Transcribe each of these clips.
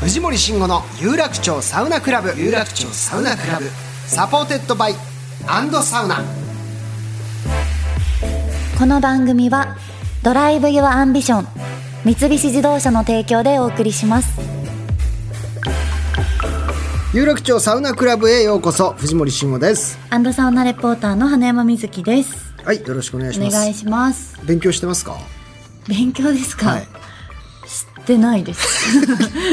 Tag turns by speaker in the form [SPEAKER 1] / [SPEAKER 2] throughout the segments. [SPEAKER 1] 藤森慎吾の有楽町サウナクラブ有楽町サウナクラブサポーテッドバイアンドサウナ
[SPEAKER 2] この番組はドライブ・ユア・アンビション三菱自動車の提供でお送りします
[SPEAKER 1] 有楽町サウナクラブへようこそ藤森慎吾です
[SPEAKER 2] アンドサウナレポーターの花山瑞希です
[SPEAKER 1] はいよろしくお願いし
[SPEAKER 2] お
[SPEAKER 1] ます
[SPEAKER 2] 願いします
[SPEAKER 1] 勉強してますか
[SPEAKER 2] 勉強ですか、
[SPEAKER 1] はい
[SPEAKER 2] 知ってないです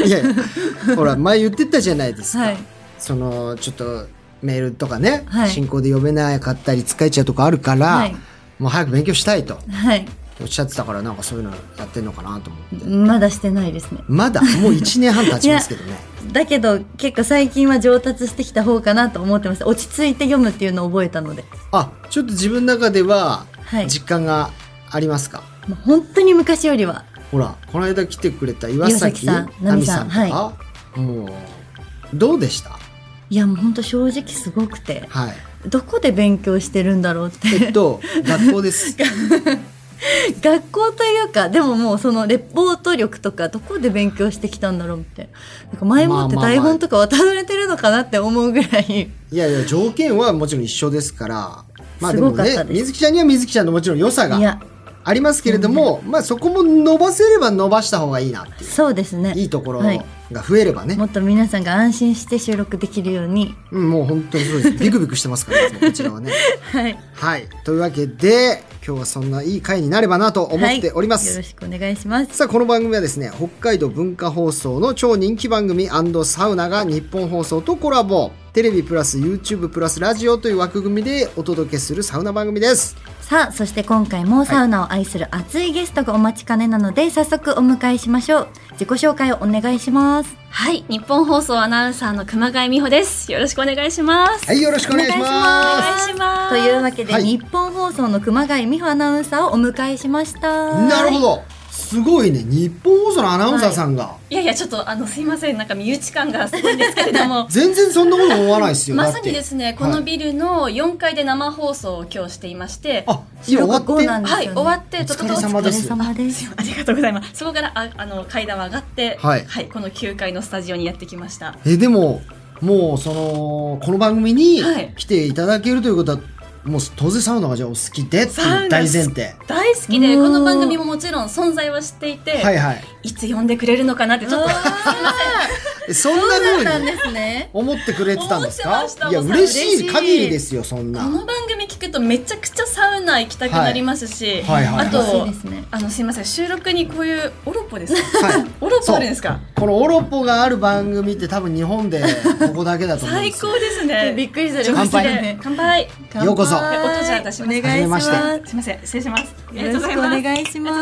[SPEAKER 1] いやい やほら前言ってたじゃないですか、
[SPEAKER 2] はい
[SPEAKER 1] そのちょっとメールとかね、
[SPEAKER 2] はい
[SPEAKER 1] 進行で読めなかったり疲れちゃうとかあるから、
[SPEAKER 2] はい
[SPEAKER 1] もう早く勉強したいと
[SPEAKER 2] はい
[SPEAKER 1] おっしゃってたからなんかそういうのやってんのかなと思って
[SPEAKER 2] まだしてないですね
[SPEAKER 1] まだもう1年半経ちますけどね
[SPEAKER 2] だけど結構最近は上達してきた方かなと思ってました落ち着いて読むっていうのを覚えたので
[SPEAKER 1] あちょっと自分の中では
[SPEAKER 2] はい
[SPEAKER 1] 実感がありますか、
[SPEAKER 2] もう本当に昔よりは
[SPEAKER 1] ほらこの間来てくれた岩崎
[SPEAKER 2] 岩
[SPEAKER 1] 奈
[SPEAKER 2] 崎さ
[SPEAKER 1] 美さ
[SPEAKER 2] ん
[SPEAKER 1] んとか、
[SPEAKER 2] 奈美さん
[SPEAKER 1] もうどうでした
[SPEAKER 2] いやもう本当正直すごくて
[SPEAKER 1] はい
[SPEAKER 2] どこで勉強してるんだろうって
[SPEAKER 1] えっと学校 です
[SPEAKER 2] 学校というかでももうそのレポート力とかどこで勉強してきたんだろうみたいななんか前もって
[SPEAKER 1] まあまあまあ
[SPEAKER 2] 台本とか渡されてるのかなって思うぐらい
[SPEAKER 1] いやいや条件はもちろん一緒ですからまあですも
[SPEAKER 2] ごかっ
[SPEAKER 1] ね
[SPEAKER 2] たです
[SPEAKER 1] 水木ちゃんには水木ちゃんのもちろん良さ
[SPEAKER 2] い
[SPEAKER 1] が
[SPEAKER 2] や
[SPEAKER 1] ありますけれども、まあそこも伸ばせれば伸ばした方がいいなってい
[SPEAKER 2] そうですね
[SPEAKER 1] ういいところ
[SPEAKER 2] はい
[SPEAKER 1] が増えればね、
[SPEAKER 2] もっと皆さんが安心して収録できるように
[SPEAKER 1] うん、もう本当にそうですビクビクしてますからいつもこちらはね
[SPEAKER 2] はい
[SPEAKER 1] はいというわけで今日はそんないい回になればなと思っております、
[SPEAKER 2] はい、よろしくお願いします
[SPEAKER 1] さあこの番組はですね北海道文化放送の超人気番組サウナが日本放送とコラボテレビプラス YouTube プラスラジオという枠組みでお届けするサウナ番組です
[SPEAKER 2] さあそして今回もサウナを愛する熱いゲストがお待ちかねなので早速お迎えしましょう自己紹介をお願いします
[SPEAKER 3] はい、日本放送アナウンサーの熊谷美穂です。よろしくお願いします。
[SPEAKER 1] はいよろしくお願いし
[SPEAKER 3] お
[SPEAKER 1] ま
[SPEAKER 3] 願いします。
[SPEAKER 2] というわけで、
[SPEAKER 1] はい
[SPEAKER 2] 日本放送の熊谷美穂アナウンサーをお迎えしました
[SPEAKER 1] すなるほどすごいね日本放送のアナウンサーさんが、。
[SPEAKER 3] いやいや、ちょっと、あの、すいません、なんか身内感がすごいんですけれども
[SPEAKER 1] 全然そんなこと思わないですよ
[SPEAKER 3] まさにですすね、このビルの4階で生放送を今日していまして、
[SPEAKER 1] あ今終わって
[SPEAKER 2] 収録後なんで
[SPEAKER 3] はい、終わって、と
[SPEAKER 1] お
[SPEAKER 3] と
[SPEAKER 1] 疲れ
[SPEAKER 3] と
[SPEAKER 1] 様
[SPEAKER 2] お疲
[SPEAKER 1] で
[SPEAKER 2] れ
[SPEAKER 1] す
[SPEAKER 2] 様です
[SPEAKER 3] ありがとうございます。そこから、ああの、階段を上がって、
[SPEAKER 1] はい
[SPEAKER 3] この9階のスタジオにやってきました。
[SPEAKER 1] えでももうそのこの番組に
[SPEAKER 3] はい
[SPEAKER 1] 来ていただけるということは、もう当然サウナがじゃあお好きでっていう大前提
[SPEAKER 3] 大好きで、
[SPEAKER 2] うーん
[SPEAKER 3] この番組ももちろん存在は知っていて、
[SPEAKER 1] はいはい
[SPEAKER 3] いつ呼んでくれるのかなって、ちょっと、すいません。
[SPEAKER 1] えそんなふうに
[SPEAKER 2] ですね
[SPEAKER 1] 思ってくれてたんですか
[SPEAKER 3] 思ってました
[SPEAKER 1] いや
[SPEAKER 3] もう
[SPEAKER 1] 嬉しい
[SPEAKER 3] 嬉しい
[SPEAKER 1] 限りですよそん
[SPEAKER 3] この
[SPEAKER 1] な
[SPEAKER 3] 番組聞くとめちゃくちゃサウナ行きたくなりますし、
[SPEAKER 1] はいはいはい
[SPEAKER 3] あ
[SPEAKER 2] そうで
[SPEAKER 3] と
[SPEAKER 2] すね
[SPEAKER 3] あのすいません収録にこ ういうオロポですか
[SPEAKER 1] はい
[SPEAKER 3] オロポあるんですか
[SPEAKER 1] このオロポがある番組って多分日本でここだけだと思うん
[SPEAKER 3] 最
[SPEAKER 1] ですよ
[SPEAKER 3] 高ですね
[SPEAKER 2] びっくりする
[SPEAKER 1] 乾杯
[SPEAKER 2] 美味しいね
[SPEAKER 3] 乾杯
[SPEAKER 1] ようこそ
[SPEAKER 3] 乾杯音じゃあ出し
[SPEAKER 2] お
[SPEAKER 3] ます
[SPEAKER 2] 願
[SPEAKER 1] はじめ
[SPEAKER 2] いし
[SPEAKER 1] ま
[SPEAKER 2] ま
[SPEAKER 1] し
[SPEAKER 2] す
[SPEAKER 1] て
[SPEAKER 2] よ
[SPEAKER 3] すいません失礼しますありがと
[SPEAKER 2] ろ
[SPEAKER 3] う
[SPEAKER 2] し
[SPEAKER 3] ご
[SPEAKER 2] く
[SPEAKER 3] ざい
[SPEAKER 2] お
[SPEAKER 3] ます
[SPEAKER 2] 願いしま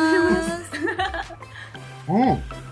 [SPEAKER 2] す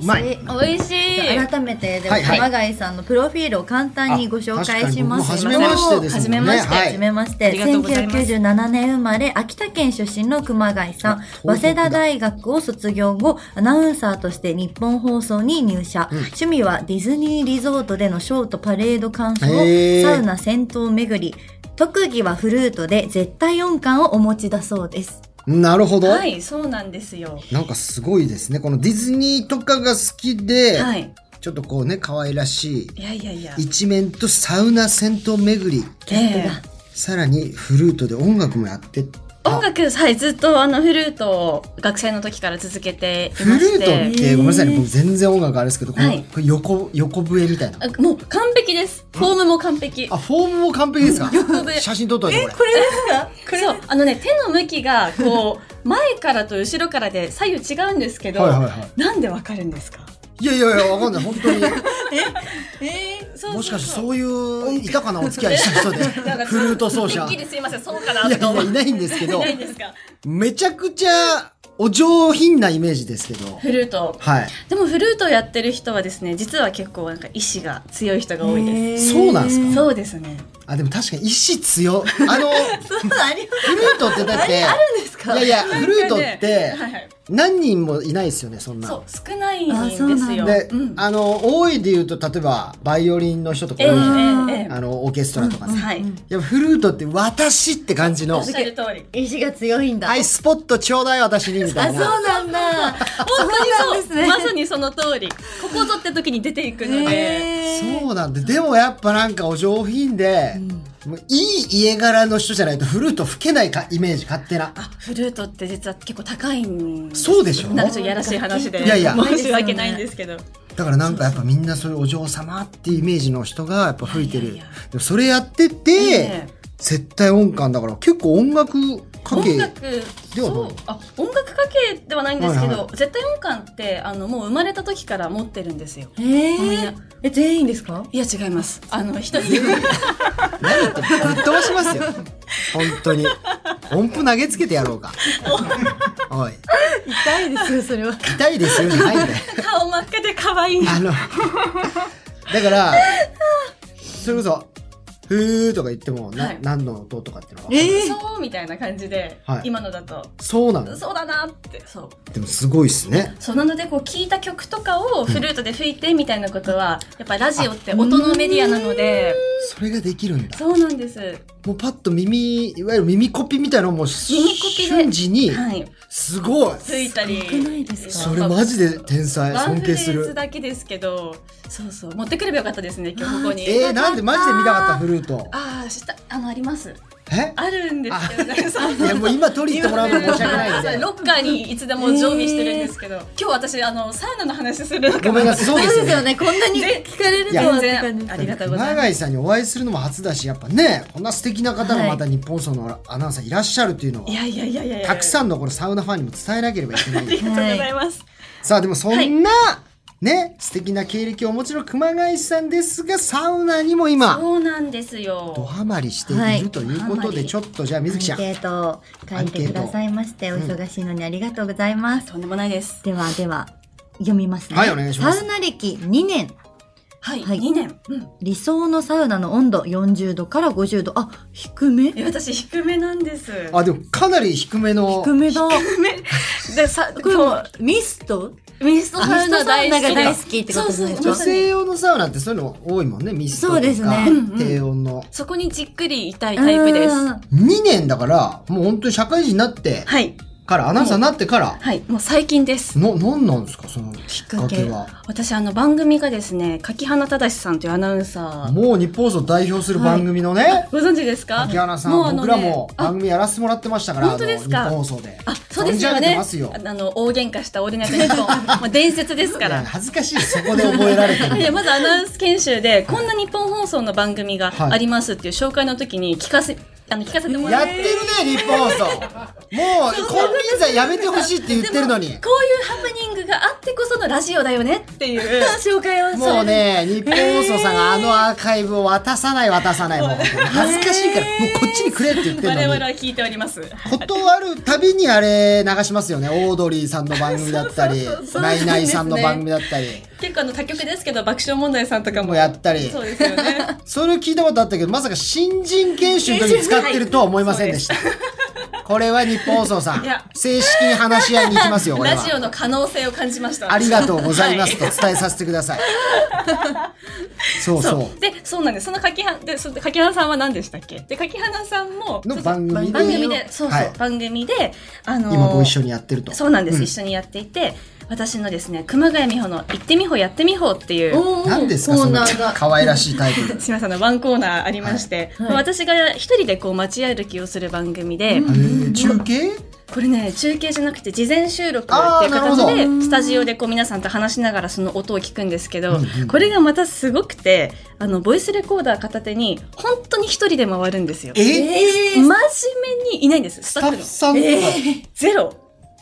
[SPEAKER 1] うまい
[SPEAKER 2] 美味し
[SPEAKER 3] 美味しい
[SPEAKER 2] 改めてで
[SPEAKER 1] は
[SPEAKER 2] はい
[SPEAKER 1] はい
[SPEAKER 2] 熊谷さんのプロフィールを簡単にご紹介します
[SPEAKER 1] あ確かに僕も初めましてですもんね
[SPEAKER 3] 初めまして
[SPEAKER 1] は
[SPEAKER 2] はじめまして
[SPEAKER 3] ありがとうございます
[SPEAKER 2] 1997年生まれ秋田県出身の熊谷さん
[SPEAKER 1] あ東北
[SPEAKER 2] 早
[SPEAKER 1] だ
[SPEAKER 2] 稲田大学を卒業後アナウンサーとして日本放送に入社、趣味はディズニーリゾートでのショーとパレード鑑賞
[SPEAKER 1] へー
[SPEAKER 2] サウナ銭湯巡り特技はフルートで絶対音感をお持ちだそうです
[SPEAKER 1] なるほど、
[SPEAKER 3] はいそうなんですよ
[SPEAKER 1] なんかすごいですねこのディズニーとかが好きで、
[SPEAKER 3] はい
[SPEAKER 1] ちょっとこうね可愛らし
[SPEAKER 3] いやいやいや
[SPEAKER 1] い一面とサウナ銭湯巡り
[SPEAKER 3] ええ
[SPEAKER 1] さらにフルートで音楽もやってた
[SPEAKER 3] 音楽はいずっとあのフルートを学生の時から続けていま
[SPEAKER 1] フ
[SPEAKER 3] して
[SPEAKER 1] ルートってごめんなさいね
[SPEAKER 2] へー
[SPEAKER 1] 僕全然音楽あれですけどこの、
[SPEAKER 3] はい
[SPEAKER 1] これ横横笛みたいな
[SPEAKER 3] あもう完璧ですフォームも完璧
[SPEAKER 1] あフォームも完璧ですか
[SPEAKER 3] 横笛
[SPEAKER 1] 写真撮っといてこれ
[SPEAKER 3] そうあのね手の向きがこう 前からと後ろからで左右違うんですけど、
[SPEAKER 1] はいはいは
[SPEAKER 3] なんでわかるんですか
[SPEAKER 1] い。いやいやいや、わかんない。本当に。
[SPEAKER 3] えー、そう
[SPEAKER 1] もしかして
[SPEAKER 3] う
[SPEAKER 1] そういう、いたかなお付き合いした 人で、フルート奏者。
[SPEAKER 3] てっ
[SPEAKER 1] い
[SPEAKER 3] きりすいませんそうかな
[SPEAKER 1] や
[SPEAKER 3] と
[SPEAKER 1] い
[SPEAKER 3] か思
[SPEAKER 1] や、
[SPEAKER 3] っ
[SPEAKER 1] い
[SPEAKER 3] て
[SPEAKER 1] ないんですけ
[SPEAKER 3] い
[SPEAKER 1] ど
[SPEAKER 3] な、いんですか
[SPEAKER 1] めちゃくちゃお上品なイメージですけど。
[SPEAKER 3] フルート
[SPEAKER 1] はい。
[SPEAKER 3] でもフルートをやってる人はですね実は結構なんか意志が強い人が多いで
[SPEAKER 2] へー
[SPEAKER 3] す、
[SPEAKER 1] そうなんですか
[SPEAKER 3] そうですね
[SPEAKER 1] あ、でも確かに意志強い。 あの、
[SPEAKER 2] そうあります
[SPEAKER 1] フルートってだって、
[SPEAKER 3] そうですか
[SPEAKER 1] いやいや、フルートっ
[SPEAKER 3] な
[SPEAKER 1] て
[SPEAKER 3] んかねはいはい
[SPEAKER 1] 何人もいないですよね、そんな。
[SPEAKER 3] そう少ないん
[SPEAKER 2] あ
[SPEAKER 3] で
[SPEAKER 2] そうな
[SPEAKER 3] す
[SPEAKER 2] んだ
[SPEAKER 3] よ
[SPEAKER 1] で、
[SPEAKER 3] うん
[SPEAKER 1] あの、多いで言うと、例えば、バイオリンの人とか
[SPEAKER 3] ええ
[SPEAKER 1] 多いじゃない、
[SPEAKER 3] ええええ
[SPEAKER 1] あの、オーケストラとかね。
[SPEAKER 3] はい
[SPEAKER 1] やっぱフルートって私って感じ
[SPEAKER 3] お
[SPEAKER 1] の
[SPEAKER 3] っ、しゃる通り
[SPEAKER 2] 意志が強いんだ。
[SPEAKER 1] はい、スポットちょうだい私にみ
[SPEAKER 2] あ、
[SPEAKER 1] た
[SPEAKER 2] そ
[SPEAKER 1] いうな。
[SPEAKER 2] なんだ。
[SPEAKER 3] 本
[SPEAKER 2] そうなん
[SPEAKER 3] 当
[SPEAKER 2] で
[SPEAKER 3] に
[SPEAKER 2] す
[SPEAKER 3] そう
[SPEAKER 2] ね
[SPEAKER 3] まさにその通りここぞって時に出ていくので、
[SPEAKER 1] そうなんで、でもやっぱなんかお上品で、もういい家柄の人じゃないとフルート吹けないかイメージ勝手な。
[SPEAKER 3] あフルートって実は結構高いんです
[SPEAKER 1] そうでしょ
[SPEAKER 3] なんかちょっとやらしい話で
[SPEAKER 1] いやいや
[SPEAKER 3] 申し訳ないんですけど
[SPEAKER 1] だからなんかやっぱみんなそういうお嬢様っていうイメージの人がやっぱ吹いてる。
[SPEAKER 3] いやいやい
[SPEAKER 1] でもそれやってて、
[SPEAKER 3] ええ
[SPEAKER 1] 絶対音感だから結構音楽関係
[SPEAKER 3] 音。楽
[SPEAKER 1] ではない
[SPEAKER 3] そうあ音楽家系ではないんですけど、
[SPEAKER 1] はいは
[SPEAKER 3] 絶対音感ってあのもう生まれた時から持ってるんですよ
[SPEAKER 2] えー、え、全員ですか
[SPEAKER 3] いや違いますあの一人で
[SPEAKER 1] 何言ってもぶっ飛ばし ますよ。本当に。音符投げつけてやろうか。おい。
[SPEAKER 2] 痛いですよ、それは。
[SPEAKER 1] 痛いですよじゃないんだよ。
[SPEAKER 3] 顔真っ赤で可愛 い
[SPEAKER 1] あの、だから、それこそ、ふーとか言っても、な
[SPEAKER 3] はい
[SPEAKER 1] 何の音とかっていうのは、
[SPEAKER 3] そうみたいな感じで、
[SPEAKER 1] はい
[SPEAKER 3] 今のだと
[SPEAKER 1] そうなの
[SPEAKER 3] そうだなってそう
[SPEAKER 1] でもすごいっすね。
[SPEAKER 3] そうなのでこう聞いた曲とかをフルートで吹いてみたいなことは、やっぱりラジオって音のメディアなので
[SPEAKER 1] それができるんだ。
[SPEAKER 3] そうなんですは
[SPEAKER 1] もうパッと耳、いわゆる耳コピみたいなのも
[SPEAKER 3] 耳コピで
[SPEAKER 1] 瞬時に、
[SPEAKER 3] い
[SPEAKER 1] すごい
[SPEAKER 3] 吹いたり
[SPEAKER 2] すごくないですか
[SPEAKER 1] それマジで天才、
[SPEAKER 3] ワ
[SPEAKER 1] 尊
[SPEAKER 3] ンフレ
[SPEAKER 1] 敬す
[SPEAKER 3] ーズ
[SPEAKER 1] る。
[SPEAKER 3] だけですけどそうそう持ってくればよかったですね今日ここに
[SPEAKER 1] えー、なんでマジで見たかったフルート。
[SPEAKER 3] ああしたあのあります
[SPEAKER 1] え
[SPEAKER 3] あるんですけどねそう
[SPEAKER 1] いやもう今取りに行ってもらうの申し訳ないん
[SPEAKER 3] そう
[SPEAKER 1] で。
[SPEAKER 3] ロッカーにいつでも常備してるんですけど、今日私あのサウナの話するのか
[SPEAKER 1] ごめんな
[SPEAKER 3] な
[SPEAKER 1] さい、そう
[SPEAKER 2] そう
[SPEAKER 1] で
[SPEAKER 2] です
[SPEAKER 1] よ
[SPEAKER 2] すよ
[SPEAKER 1] ね。
[SPEAKER 2] ね。こんなに聞かれるとはっ
[SPEAKER 3] 全
[SPEAKER 2] て感じ
[SPEAKER 3] 然ありがとうござ
[SPEAKER 1] 永
[SPEAKER 3] います
[SPEAKER 1] 井さんにお会いするのも初だしやっぱねこんな素敵な方が
[SPEAKER 2] はい
[SPEAKER 1] また日本層のアナウンサーいらっしゃるというのは、
[SPEAKER 3] いやいやいやいやいや
[SPEAKER 1] たくさ
[SPEAKER 3] んあ
[SPEAKER 1] んのこのサウナファンにも伝えなければいけない
[SPEAKER 3] りがとうございます、
[SPEAKER 1] さあでもそんな、ね素敵な経歴をお持ちの熊谷さんですがサウナにも今
[SPEAKER 3] そうなんですよ
[SPEAKER 1] ドハマりして
[SPEAKER 2] はい
[SPEAKER 1] る
[SPEAKER 2] い
[SPEAKER 1] ということ
[SPEAKER 3] ドハ
[SPEAKER 1] で、
[SPEAKER 3] マり
[SPEAKER 1] ちょっとじゃあ水木ち
[SPEAKER 2] ア
[SPEAKER 1] ゃ
[SPEAKER 2] ン
[SPEAKER 1] ん
[SPEAKER 2] ケートを書いてくださいまして、お忙しいのにありがとうございます。
[SPEAKER 3] とんでもないです
[SPEAKER 2] では、では、読みますね。
[SPEAKER 1] はいお願いします
[SPEAKER 2] サウナ歴2年。
[SPEAKER 3] はい、
[SPEAKER 2] はい
[SPEAKER 3] 2年、うん、
[SPEAKER 2] 理想のサウナの温度40度から50度。あ、低め
[SPEAKER 3] いや私低めなんです
[SPEAKER 1] あでもかなり低めの
[SPEAKER 2] 低めだ。
[SPEAKER 3] でさ
[SPEAKER 2] これもミスト
[SPEAKER 3] ミストサウナ大好き
[SPEAKER 2] ミストサウナが大好きってことですね
[SPEAKER 3] そうそう
[SPEAKER 1] 女
[SPEAKER 3] まさに
[SPEAKER 1] 性用のサウナってそういうの多いもんねミストとか、
[SPEAKER 2] そうですね
[SPEAKER 1] 低温の
[SPEAKER 3] そこにじっくりいたいタイプです
[SPEAKER 2] あー
[SPEAKER 1] 2年だからもう本当に社会人になって
[SPEAKER 3] はい
[SPEAKER 1] からアナウンサーになってから
[SPEAKER 3] はいもう最近です
[SPEAKER 1] のなんなんですかそのきっ
[SPEAKER 2] か
[SPEAKER 1] かけ
[SPEAKER 2] け
[SPEAKER 1] は
[SPEAKER 3] 私あの番組がですね柿花忠さんというアナウンサー
[SPEAKER 1] もう日本放送代表する番組のね、
[SPEAKER 3] ご存知ですか
[SPEAKER 1] 秋原さん、
[SPEAKER 3] うあの
[SPEAKER 1] 僕
[SPEAKER 3] ね
[SPEAKER 1] らも
[SPEAKER 3] あ
[SPEAKER 1] 番組やらせてもらってましたから、
[SPEAKER 3] 本当です
[SPEAKER 1] あ
[SPEAKER 3] か
[SPEAKER 1] の日本放送で。
[SPEAKER 3] あそうです
[SPEAKER 1] 存
[SPEAKER 3] よ
[SPEAKER 1] じ上げ
[SPEAKER 3] ね
[SPEAKER 1] てますよ。
[SPEAKER 3] あの大喧嘩したオールナイトニッポン まあ伝説ですか
[SPEAKER 1] いや
[SPEAKER 3] ら
[SPEAKER 1] 恥ずかしいですそこで覚えられ て
[SPEAKER 3] い
[SPEAKER 1] る。
[SPEAKER 3] やまずアナウンス研修でこんな日本放送の番組がありますっていう紹介の時に聞かせあの聞かせてもら
[SPEAKER 1] やっ
[SPEAKER 3] っ
[SPEAKER 1] ててるね、日本放送。もう、コンビニ罪やめてほしいって言ってるのに
[SPEAKER 3] こ。ういうハプニングがあってこそのラジオだよねっていう
[SPEAKER 2] 紹介を
[SPEAKER 1] もうね、日本放送さんがあのアーカイブを渡さない渡さない、もう恥ずかしいから、もうこっちにくれって言って
[SPEAKER 3] 我
[SPEAKER 1] るの
[SPEAKER 3] 々
[SPEAKER 1] に。
[SPEAKER 3] は聞いております
[SPEAKER 1] 断るたびにあれ流しますよね。オードリーさんの番組だったり、ナイナイさんの番組だったり。
[SPEAKER 3] 結構あの他局ですけど爆笑問題さんとかも
[SPEAKER 1] もやったり
[SPEAKER 3] そうですよね
[SPEAKER 1] それを聞いたことあったけどまさか新人研修の時に使ってるとは思いませんでした、これは日本放送さん
[SPEAKER 3] いや
[SPEAKER 1] 正式に話し合いに行きますよこれ
[SPEAKER 3] ラジオ
[SPEAKER 1] は
[SPEAKER 3] の可能性を感じました
[SPEAKER 1] ありがとうございます
[SPEAKER 3] は
[SPEAKER 1] と伝えさせてください、そうそう
[SPEAKER 3] そうでそうなんですその柿はでそ柿花さんは何でしたっけで柿花さんも
[SPEAKER 1] の番組で
[SPEAKER 3] 番組でそうそう、
[SPEAKER 1] はい
[SPEAKER 3] 番組であのー
[SPEAKER 1] 今ご一緒にやってると
[SPEAKER 3] そうなんです、一緒にやっていて私のですね熊谷美穂の「行ってみほやってみほ」っていう
[SPEAKER 2] おー
[SPEAKER 1] 何ですか
[SPEAKER 2] コ
[SPEAKER 1] そ
[SPEAKER 2] ー
[SPEAKER 1] の
[SPEAKER 2] ナーが
[SPEAKER 1] 可愛らしいタイトル
[SPEAKER 3] すみませんあのワンコーナーありまして、
[SPEAKER 2] はい
[SPEAKER 3] まあ私が一人でこう街歩きをする番組で、
[SPEAKER 1] えー中継
[SPEAKER 3] これね中継じゃなくて事前収録って
[SPEAKER 1] あー
[SPEAKER 3] いう形
[SPEAKER 1] な
[SPEAKER 3] で
[SPEAKER 2] るほど
[SPEAKER 3] スタジオでこう皆さんと話しながらその音を聞くんですけど、これがまたすごくてあのボイスレコーダー片手に本当に一人で回るんですよ。
[SPEAKER 1] え
[SPEAKER 2] えー、
[SPEAKER 3] 真面目にいないんですス
[SPEAKER 1] ス
[SPEAKER 3] タ
[SPEAKER 1] タ
[SPEAKER 3] ッ
[SPEAKER 1] ッ
[SPEAKER 3] フ
[SPEAKER 1] フ
[SPEAKER 3] の
[SPEAKER 1] さんとか、
[SPEAKER 3] ゼロ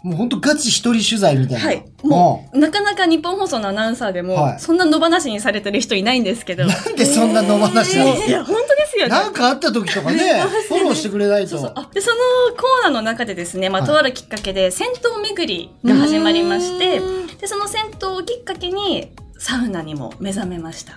[SPEAKER 1] もう本当ガチ一人取材みたいな。
[SPEAKER 3] はいもうなかなか日本放送のアナウンサーでも、
[SPEAKER 1] はい
[SPEAKER 3] そんな野放しにされてる人いないんですけど
[SPEAKER 1] うんなんでそんな野放しなんですか
[SPEAKER 3] いや本当ですよね
[SPEAKER 1] なんかあった時とかね、フォローしてくれないと。
[SPEAKER 3] あでそのコーナーの中でですね、まあ、
[SPEAKER 1] はい
[SPEAKER 3] とあるきっかけで銭湯巡りが始まりまして、でその銭湯をきっかけにサウナにも目覚めました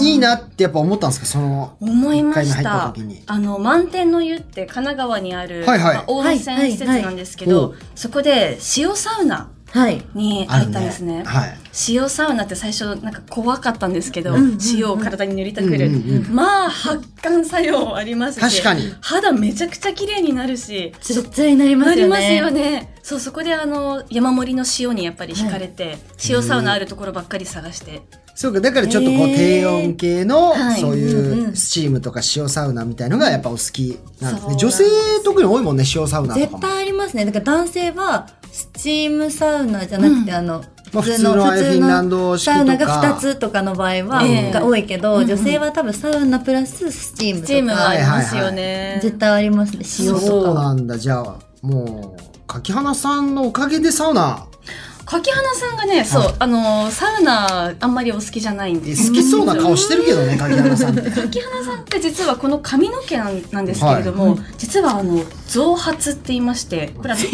[SPEAKER 1] いいなってやっぱ思ったんですかその、
[SPEAKER 3] 思いま
[SPEAKER 1] 一回
[SPEAKER 3] し
[SPEAKER 1] 目入った
[SPEAKER 3] た
[SPEAKER 1] 時に
[SPEAKER 3] あの満天の湯って神奈川にある、
[SPEAKER 1] はいはい
[SPEAKER 3] まあ温泉施設なんですけど、
[SPEAKER 1] はいはいは
[SPEAKER 3] そこで塩サウナ
[SPEAKER 2] はい。
[SPEAKER 3] に
[SPEAKER 1] ある
[SPEAKER 3] 入ったんですね
[SPEAKER 1] はい。
[SPEAKER 3] 塩サウナって最初なんか怖かったんですけど、
[SPEAKER 1] うん
[SPEAKER 3] 塩を体に塗りたく
[SPEAKER 1] うん
[SPEAKER 3] る、
[SPEAKER 1] うんうん
[SPEAKER 3] まあ発汗作用ありますし
[SPEAKER 1] 確かに。
[SPEAKER 3] 肌めちゃくちゃ綺麗になるし
[SPEAKER 2] ツルツルになりま
[SPEAKER 3] な
[SPEAKER 2] す
[SPEAKER 3] り
[SPEAKER 2] よね。
[SPEAKER 3] ますよね。そう、そこであの、山盛りの塩にやっぱり惹かれて、塩サウナあるところばっかり探して。
[SPEAKER 1] そうか、だからちょっとこう、
[SPEAKER 2] へー
[SPEAKER 1] 低温系の、
[SPEAKER 2] はい
[SPEAKER 1] そう
[SPEAKER 2] うん
[SPEAKER 1] いううんスチームとか塩サウナみたいのがやっぱお好きなんです
[SPEAKER 3] う
[SPEAKER 1] ね。
[SPEAKER 3] ん
[SPEAKER 1] 女性特に多いもんね、塩サウナとかも。
[SPEAKER 2] 絶対ありますね。だから男性は、スチームサウナじゃなくて、
[SPEAKER 3] うん
[SPEAKER 2] あの、
[SPEAKER 1] まあ普通のああいうフィンランド式とか
[SPEAKER 2] サウナが2つとかの場合は、
[SPEAKER 3] ええ
[SPEAKER 2] が多いけど、
[SPEAKER 3] うんうん
[SPEAKER 2] 女性は多分サウナプラススチームとか。
[SPEAKER 3] チームはありますよ
[SPEAKER 2] うん
[SPEAKER 3] ね。
[SPEAKER 2] 絶対ありますね。塩と
[SPEAKER 1] そう
[SPEAKER 2] かは。
[SPEAKER 1] なんだ。じゃあ、もう、柿花さんのおかげでサウナ、
[SPEAKER 3] 柿花さんがね、そう、あの、サウナあんまりお好きじゃないん
[SPEAKER 1] え
[SPEAKER 3] です。
[SPEAKER 1] 好きそうな顔してるけ どね、柿花さんって。
[SPEAKER 3] 柿花さんって実はこの髪の毛なんなんですけれども、実はあの、増髪って言いまして、これは、
[SPEAKER 1] え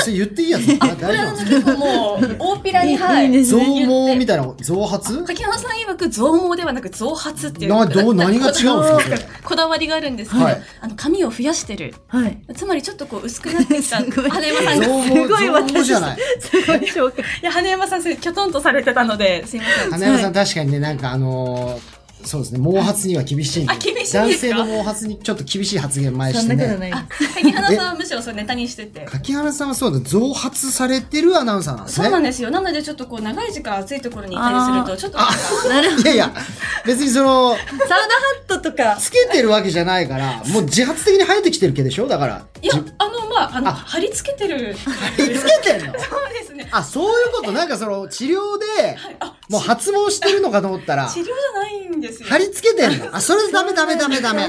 [SPEAKER 1] それ言っていいやつ大
[SPEAKER 3] これ
[SPEAKER 1] 丈夫な
[SPEAKER 3] は
[SPEAKER 1] んで
[SPEAKER 3] 結構もう、大っぴらに、はい。
[SPEAKER 1] すか増毛みたいな、増髪
[SPEAKER 3] 柿花さん曰く増毛ではなく増髪っていう
[SPEAKER 1] などう何が違うんですかそれ
[SPEAKER 3] こだわりがあるんですけど、
[SPEAKER 1] はい
[SPEAKER 3] あの髪を増やしてる
[SPEAKER 2] はい。
[SPEAKER 3] つまりちょっとこう薄くなってきた
[SPEAKER 2] すごい
[SPEAKER 3] 羽山さんが
[SPEAKER 1] 増
[SPEAKER 2] すご
[SPEAKER 1] 毛、
[SPEAKER 2] い
[SPEAKER 1] 増毛じゃない。
[SPEAKER 3] いや羽山さんそれきょとんとされてたのですいま せん
[SPEAKER 1] 花山さん確かにね、なんかあのーそうですね、毛髪には厳しいんで。
[SPEAKER 3] あ厳しいんですか
[SPEAKER 1] 男性の毛髪にちょっと厳しい発言前
[SPEAKER 2] そ
[SPEAKER 1] し
[SPEAKER 2] ん
[SPEAKER 1] て
[SPEAKER 2] なこと
[SPEAKER 1] ね。
[SPEAKER 2] ないです。
[SPEAKER 3] 萩原さんはむしろそれネタにしてて
[SPEAKER 1] 柿原さんはそうだ、増髪されてるアナウンサーなんです
[SPEAKER 3] そうなん
[SPEAKER 1] ね。
[SPEAKER 3] ですよなのでちょっとこう長い時間暑いところにいたりする
[SPEAKER 2] あ
[SPEAKER 3] とちょっとなんか
[SPEAKER 2] なるほ
[SPEAKER 1] いやいや、別にその、
[SPEAKER 2] ど。サウナハットとか。
[SPEAKER 1] つけてるわけじゃないから、もう自発的に生えてきてるけでしょだから。
[SPEAKER 3] いや
[SPEAKER 1] じ
[SPEAKER 3] あのまああの
[SPEAKER 1] あ
[SPEAKER 3] 貼り付けてる
[SPEAKER 1] つけてんの
[SPEAKER 3] そうですね
[SPEAKER 1] あ、そういうこと、なんかその治療で、
[SPEAKER 3] あ
[SPEAKER 1] もう発毛してるのかと思ったら、
[SPEAKER 3] 治療じゃないんですよ
[SPEAKER 1] 貼り付けてんのあ、それダメダメダメダメ。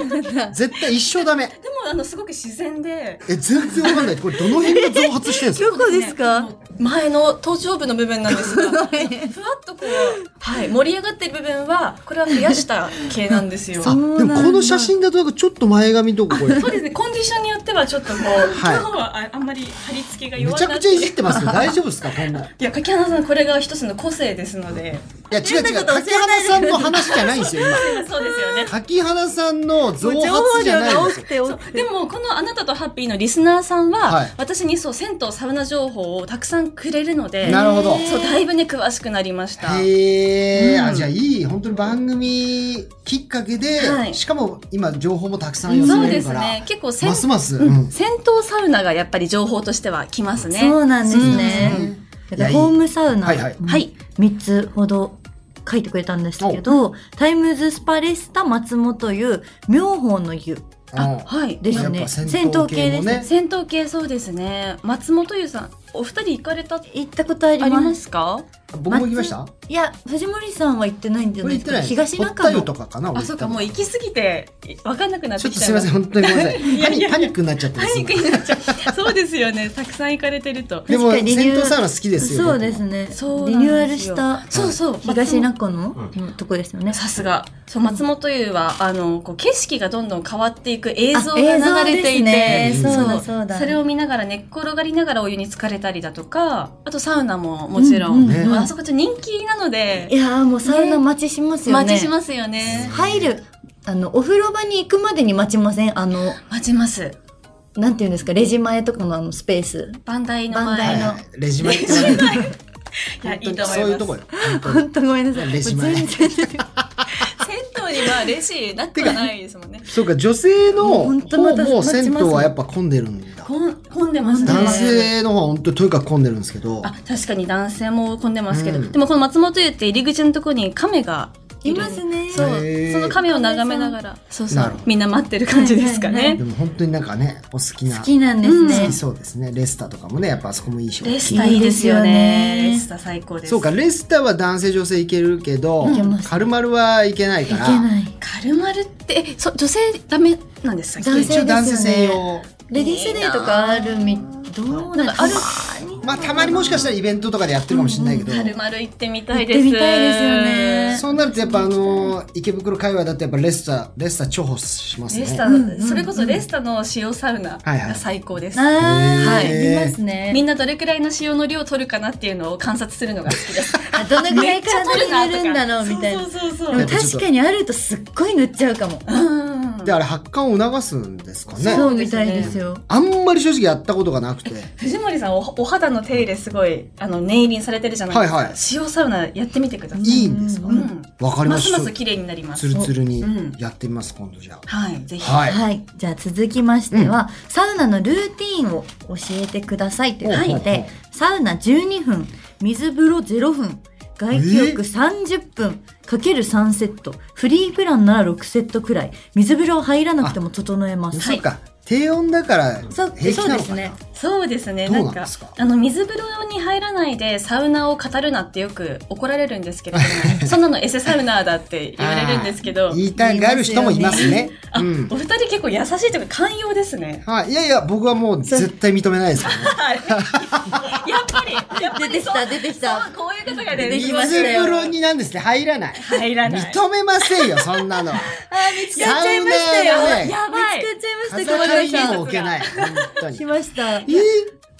[SPEAKER 1] 絶対一生ダメ。
[SPEAKER 3] でもあのすごく自然で
[SPEAKER 1] え、全然わかんない。これどの辺が増発してんすか
[SPEAKER 2] どこですか
[SPEAKER 3] 前の頭頂部の部分なんですがふわっとこう、はい、盛り上がってる部分はこれは増やした系なんですよ
[SPEAKER 1] あ、
[SPEAKER 2] うなんだ
[SPEAKER 1] でもこの写真だとなんかちょっと前髪とか これ、
[SPEAKER 3] そうですね、コンディションによってはちょっとこう、
[SPEAKER 1] はい
[SPEAKER 3] 今日はああんまり貼り付けが
[SPEAKER 1] め
[SPEAKER 3] 弱
[SPEAKER 1] ち
[SPEAKER 3] い
[SPEAKER 1] ゃ
[SPEAKER 3] な
[SPEAKER 1] く
[SPEAKER 3] っ
[SPEAKER 1] ち
[SPEAKER 3] て
[SPEAKER 1] ゃ
[SPEAKER 3] い
[SPEAKER 1] いうじってますよ。大丈夫ですかこんな。い
[SPEAKER 3] いや、柿花さん、これが一つの個性です ので。
[SPEAKER 1] や、違う違
[SPEAKER 2] 変な
[SPEAKER 1] う。
[SPEAKER 2] こと
[SPEAKER 1] 柿花さんの話じゃないんですよ、今。
[SPEAKER 3] そうですよね。
[SPEAKER 1] 柿花さんの増
[SPEAKER 2] 情
[SPEAKER 1] 発
[SPEAKER 2] 報
[SPEAKER 1] じ
[SPEAKER 2] 量
[SPEAKER 1] ゃない
[SPEAKER 2] が
[SPEAKER 1] ん
[SPEAKER 2] 多
[SPEAKER 1] です
[SPEAKER 2] く
[SPEAKER 1] よ。
[SPEAKER 2] て多
[SPEAKER 3] そう
[SPEAKER 2] くて。
[SPEAKER 3] でもこの「あなたとハッピー」のリスナーさんは、
[SPEAKER 1] はい
[SPEAKER 3] 私にそう銭湯サウナ情報をたくさんくれるので
[SPEAKER 1] なるほど。
[SPEAKER 3] そうだいぶね詳しくなりました
[SPEAKER 1] へえ、
[SPEAKER 3] うん
[SPEAKER 1] あ、じゃあいい、本当に番組きっかけで、
[SPEAKER 3] はい
[SPEAKER 1] しかも今情報もたくさん寄せ
[SPEAKER 3] そう
[SPEAKER 1] られ
[SPEAKER 3] で
[SPEAKER 1] る
[SPEAKER 3] す
[SPEAKER 1] から、
[SPEAKER 3] ね結構銭
[SPEAKER 1] ますます、うん
[SPEAKER 3] 銭湯サウナがやっぱり情報としてはきますね
[SPEAKER 2] そうなんですね。だからホームサウナ。
[SPEAKER 1] はいはい
[SPEAKER 3] はい
[SPEAKER 2] 3つほど書いてくれたんですけど、タイムズスパレスタ松本湯、妙法の湯
[SPEAKER 1] あ
[SPEAKER 3] はい
[SPEAKER 2] です
[SPEAKER 1] や
[SPEAKER 2] ね。
[SPEAKER 1] っぱ戦闘系のね
[SPEAKER 2] 戦闘です
[SPEAKER 3] 戦闘系そうですね松本優さんお二人行かれたあ
[SPEAKER 2] 行ったことあり
[SPEAKER 3] り
[SPEAKER 2] ます。
[SPEAKER 3] ますか
[SPEAKER 1] 僕も行きました
[SPEAKER 2] いや、藤森さんは行ってないんじゃ
[SPEAKER 1] こ
[SPEAKER 2] な
[SPEAKER 1] れ
[SPEAKER 2] い
[SPEAKER 1] 行
[SPEAKER 2] で
[SPEAKER 1] っ
[SPEAKER 2] す
[SPEAKER 1] て
[SPEAKER 2] か。
[SPEAKER 1] ない
[SPEAKER 2] 東
[SPEAKER 1] 堀
[SPEAKER 2] 中
[SPEAKER 1] 田湯
[SPEAKER 2] 野。
[SPEAKER 1] とかかな
[SPEAKER 3] あそうかもう行き過ぎて分かんなくなっ
[SPEAKER 1] ち
[SPEAKER 3] て
[SPEAKER 1] ょっと
[SPEAKER 3] きた
[SPEAKER 1] すみません
[SPEAKER 3] ん
[SPEAKER 1] 本当にごめんなさいパ
[SPEAKER 3] やい
[SPEAKER 1] ニ
[SPEAKER 3] や
[SPEAKER 1] パニックになっちゃってま
[SPEAKER 3] パ
[SPEAKER 1] す
[SPEAKER 3] ニックになっちゃうそうですよねたくさん行かれてると
[SPEAKER 1] 今でも
[SPEAKER 2] 確かに
[SPEAKER 1] 戦
[SPEAKER 2] リニュー
[SPEAKER 1] 闘サウナ好きですよ
[SPEAKER 2] そうです
[SPEAKER 1] ね
[SPEAKER 2] ね。
[SPEAKER 3] そう
[SPEAKER 2] リ
[SPEAKER 3] なんですよ
[SPEAKER 2] ニューアルした
[SPEAKER 3] そうそう
[SPEAKER 2] 東中野のとこですよね。
[SPEAKER 3] さすがそう松本優はあのこう景色がどんどん変わっていく映像
[SPEAKER 2] あ映像
[SPEAKER 3] が流れていて、
[SPEAKER 2] です
[SPEAKER 1] ね
[SPEAKER 2] そうだそうだ
[SPEAKER 3] それを見ながら寝っ転がりながらお湯に浸かれたりだとかあとサウナももちろん、
[SPEAKER 2] うんうん
[SPEAKER 1] ね
[SPEAKER 3] でもあそこちょっと人気なので
[SPEAKER 2] いやーもうサウナ待ちしますよね。
[SPEAKER 3] 待ちしますよね
[SPEAKER 2] 入る、あの、お風呂場に行くまでに待ちませんあの、
[SPEAKER 3] 待ちます
[SPEAKER 2] なんていうんですか、レジ前とかのあのスペース。
[SPEAKER 3] バンダイの
[SPEAKER 2] バンダ
[SPEAKER 1] は
[SPEAKER 2] イ
[SPEAKER 1] い
[SPEAKER 3] 前
[SPEAKER 2] の
[SPEAKER 3] の
[SPEAKER 1] はいレジ前って言われて
[SPEAKER 3] いやいいと思います
[SPEAKER 1] そういうとこよ本当に
[SPEAKER 2] 本当ごめんなさい。
[SPEAKER 1] レジ前
[SPEAKER 2] もう全然
[SPEAKER 3] 銭湯にはレジなくはないですもんね
[SPEAKER 1] そうか女性の
[SPEAKER 2] もう本当ま
[SPEAKER 1] 方
[SPEAKER 2] た
[SPEAKER 1] も
[SPEAKER 2] 待ちます
[SPEAKER 1] 銭湯はやっぱ混んでるんだ
[SPEAKER 3] 混ん混んでますね
[SPEAKER 1] 男性の方は本当にとにかく混んでるんですけど
[SPEAKER 3] あ確かに男性も混んでますけど、
[SPEAKER 1] うん
[SPEAKER 3] でもこの松本湯って入り口のところに亀がい
[SPEAKER 2] い
[SPEAKER 3] る
[SPEAKER 2] ますね。
[SPEAKER 3] そう
[SPEAKER 1] へー
[SPEAKER 3] その亀を眺めながらそうそ
[SPEAKER 1] なる
[SPEAKER 3] う
[SPEAKER 1] ほど
[SPEAKER 3] みんな待ってる感じですか
[SPEAKER 2] はいはい
[SPEAKER 3] ね
[SPEAKER 1] でも本当になんかね、お好きな。
[SPEAKER 2] 好きなんです
[SPEAKER 1] 好
[SPEAKER 2] ね
[SPEAKER 1] き。そうですね。レスターとかもね、やっぱあそこもいい商品
[SPEAKER 3] レ。スタいいですよ
[SPEAKER 2] いいですよね
[SPEAKER 3] ねレスタ最高です
[SPEAKER 1] そうか、レスターは男性女性いけるけど
[SPEAKER 2] いけます、
[SPEAKER 1] カルマルはいけない
[SPEAKER 2] いけ
[SPEAKER 1] から。
[SPEAKER 2] ない。
[SPEAKER 3] カルマルってえそ女性ダメなんですか
[SPEAKER 2] 男性
[SPEAKER 1] 一応男性専用。
[SPEAKER 2] レディースデーとかあるみ、どうなんかある。
[SPEAKER 1] まあたまにもしかしたらイベントとかでやってるかもしれないけど。
[SPEAKER 3] カルマル行ってみたいです
[SPEAKER 2] 行ってみたいですよね
[SPEAKER 1] そうなるとやっぱあの池袋界隈だとやっぱレスタレスタ重宝しますね。
[SPEAKER 3] レスタ、
[SPEAKER 2] うんうん
[SPEAKER 3] それこそレスタの塩サウナ
[SPEAKER 1] はいはい
[SPEAKER 3] が最高です、
[SPEAKER 2] あー
[SPEAKER 1] はい
[SPEAKER 2] ありますね。
[SPEAKER 3] みんなどれくらいの塩の量を取るかなっていうのを観察するのが好き です。
[SPEAKER 2] あどのぐらい体に塗るんだろうみたいな。
[SPEAKER 3] そう
[SPEAKER 2] で
[SPEAKER 3] そうそうそう。
[SPEAKER 2] も確かにあるとすっごい塗っちゃうかも。
[SPEAKER 3] うん
[SPEAKER 1] であれ発汗を促すんですかね。
[SPEAKER 2] そうみたいですよ。
[SPEAKER 1] あんまり正直やったことがなくて。
[SPEAKER 3] 藤森さんお、お肌の手入れすごい、あの、念入りにされてるじゃないですか。
[SPEAKER 1] はいはい
[SPEAKER 3] 塩サウナやってみてください。
[SPEAKER 1] いいんですか
[SPEAKER 3] う。ん。
[SPEAKER 1] わかりま
[SPEAKER 3] ま
[SPEAKER 1] し
[SPEAKER 3] す
[SPEAKER 1] た。
[SPEAKER 3] ます綺麗になります
[SPEAKER 1] つ。るつるに
[SPEAKER 3] うん
[SPEAKER 1] やってみます今度じゃあ。
[SPEAKER 3] はい、ぜひ。
[SPEAKER 1] はい。
[SPEAKER 2] はい。じゃあ続きましては、サウナのルーティーンを教えてくださいということで、
[SPEAKER 1] はい
[SPEAKER 2] サウナ12分、水風呂0分、外気浴30分、かける3セット、フリープランなら6セットくらい、水風呂入らなくても整えます。
[SPEAKER 1] そうか低温だから
[SPEAKER 2] そう
[SPEAKER 1] 平気なのか
[SPEAKER 2] そうですね
[SPEAKER 1] な。
[SPEAKER 3] そうですね。
[SPEAKER 1] どう
[SPEAKER 3] な
[SPEAKER 1] なんんで
[SPEAKER 3] か
[SPEAKER 1] すか、
[SPEAKER 3] あの、水風呂に入らないでサウナを語るなってよく怒られるんですけれども、そんなのエセサウナーだって言われるんですけど、
[SPEAKER 1] 言いたいがある人もいますね。
[SPEAKER 3] あ、
[SPEAKER 1] うん。
[SPEAKER 3] お二人結構優しいというか寛容で すね。
[SPEAKER 1] はい。いやいや僕はもう絶対認めないですからね。
[SPEAKER 3] はい。やっぱり、やっぱ
[SPEAKER 2] 出
[SPEAKER 3] り
[SPEAKER 2] てき
[SPEAKER 3] そう
[SPEAKER 2] た、出てきた。
[SPEAKER 3] こういう方が出て
[SPEAKER 2] で
[SPEAKER 3] き
[SPEAKER 1] 水
[SPEAKER 2] き
[SPEAKER 3] ま
[SPEAKER 2] ま
[SPEAKER 3] した
[SPEAKER 2] した
[SPEAKER 1] 風
[SPEAKER 2] よ
[SPEAKER 1] 呂になんですね入らない。
[SPEAKER 3] 入らない。
[SPEAKER 1] 認めませんよそんなの は。
[SPEAKER 2] やっちゃいました
[SPEAKER 1] サウナ
[SPEAKER 2] よ。
[SPEAKER 1] ーね
[SPEAKER 3] やばい
[SPEAKER 2] 作っちゃ
[SPEAKER 1] 風
[SPEAKER 2] いました、小林
[SPEAKER 1] 邪
[SPEAKER 2] さ
[SPEAKER 1] に
[SPEAKER 2] ん。
[SPEAKER 1] も置けない。本当 に
[SPEAKER 2] 来。ました。
[SPEAKER 1] えー